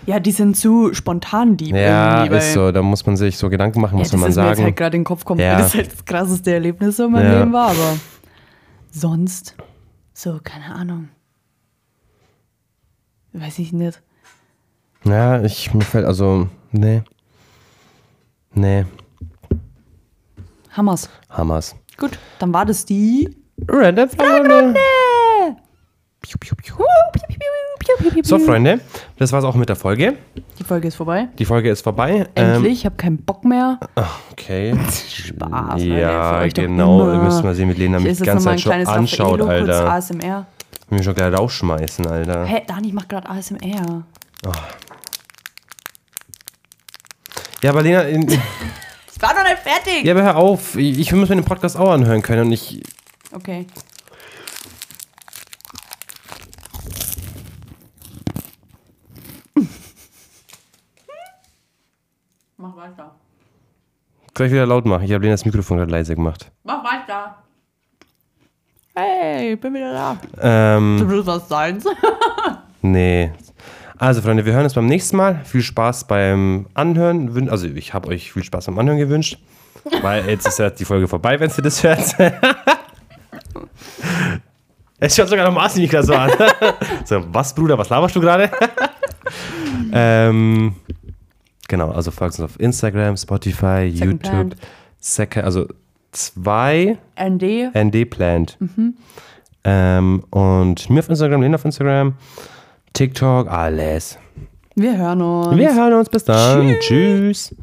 Speaker 1: ja, die sind zu spontan, die
Speaker 2: Ja,
Speaker 1: irgendwie, weil-
Speaker 2: ist so, da muss man sich so Gedanken machen,
Speaker 1: Ja,
Speaker 2: muss
Speaker 1: das
Speaker 2: man
Speaker 1: ist mir jetzt
Speaker 2: sagen.
Speaker 1: halt gerade in den Kopf kommt,
Speaker 2: Ja.
Speaker 1: weil das halt das krasseste Erlebnis so in meinem
Speaker 2: Ja.
Speaker 1: Leben war, aber sonst, so, keine Ahnung. Weiß ich nicht.
Speaker 2: Ja, ich, mir fällt also, nee. Nee,
Speaker 1: Hammers.
Speaker 2: Hamas.
Speaker 1: Gut, dann war das die.
Speaker 2: Random Freunde. So,
Speaker 1: Hm.
Speaker 2: Freunde, das war's auch mit der Folge.
Speaker 1: Die Folge ist vorbei.
Speaker 2: Die Folge ist vorbei.
Speaker 1: Endlich, ich habe keinen Bock mehr.
Speaker 2: Ähm, okay.
Speaker 1: Spaß. ne?
Speaker 2: Ja, genau. Wir müssen mal sehen, mit Lena
Speaker 1: Ich
Speaker 2: mich
Speaker 1: esse
Speaker 2: die
Speaker 1: jetzt
Speaker 2: ganze
Speaker 1: nochmal ein
Speaker 2: Zeit schon
Speaker 1: kleines
Speaker 2: anschaut,
Speaker 1: Raffaello,
Speaker 2: Alter.
Speaker 1: kurz ASMR.
Speaker 2: Ich will mich schon gleich rausschmeißen, Alter.
Speaker 1: Hä, Dani, ich mach gerade ASMR.
Speaker 2: Ja, aber Lena, in,
Speaker 1: Ich war noch nicht fertig.
Speaker 2: ja, aber hör auf. Ich, ich muss mir den Podcast auch anhören können und ich.
Speaker 1: Okay. Mach weiter.
Speaker 2: Gleich wieder laut machen. Ich habe Lena das Mikrofon gerade leise gemacht.
Speaker 1: Mach weiter. Hey, ich bin wieder da.
Speaker 2: Ähm,
Speaker 1: Du willst was sein?
Speaker 2: nee. Also, Freunde, wir hören uns beim nächsten Mal. Viel Spaß beim Anhören. Wün- Also, ich habe euch viel Spaß beim Anhören gewünscht. Weil jetzt ist ja die Folge vorbei, wenn ihr das hört. Es schaut sogar noch Marci mich gerade so an. So, was, Bruder, was laberst du gerade? ähm, genau, also folgt uns auf Instagram, Spotify, YouTube,
Speaker 1: Plant.
Speaker 2: Second, also zwei
Speaker 1: ND.
Speaker 2: ND Plant. Ähm, und mir auf Instagram, Lena auf Instagram. TikTok, alles.
Speaker 1: Wir hören uns.
Speaker 2: Wir hören uns bis dann. Tschüss.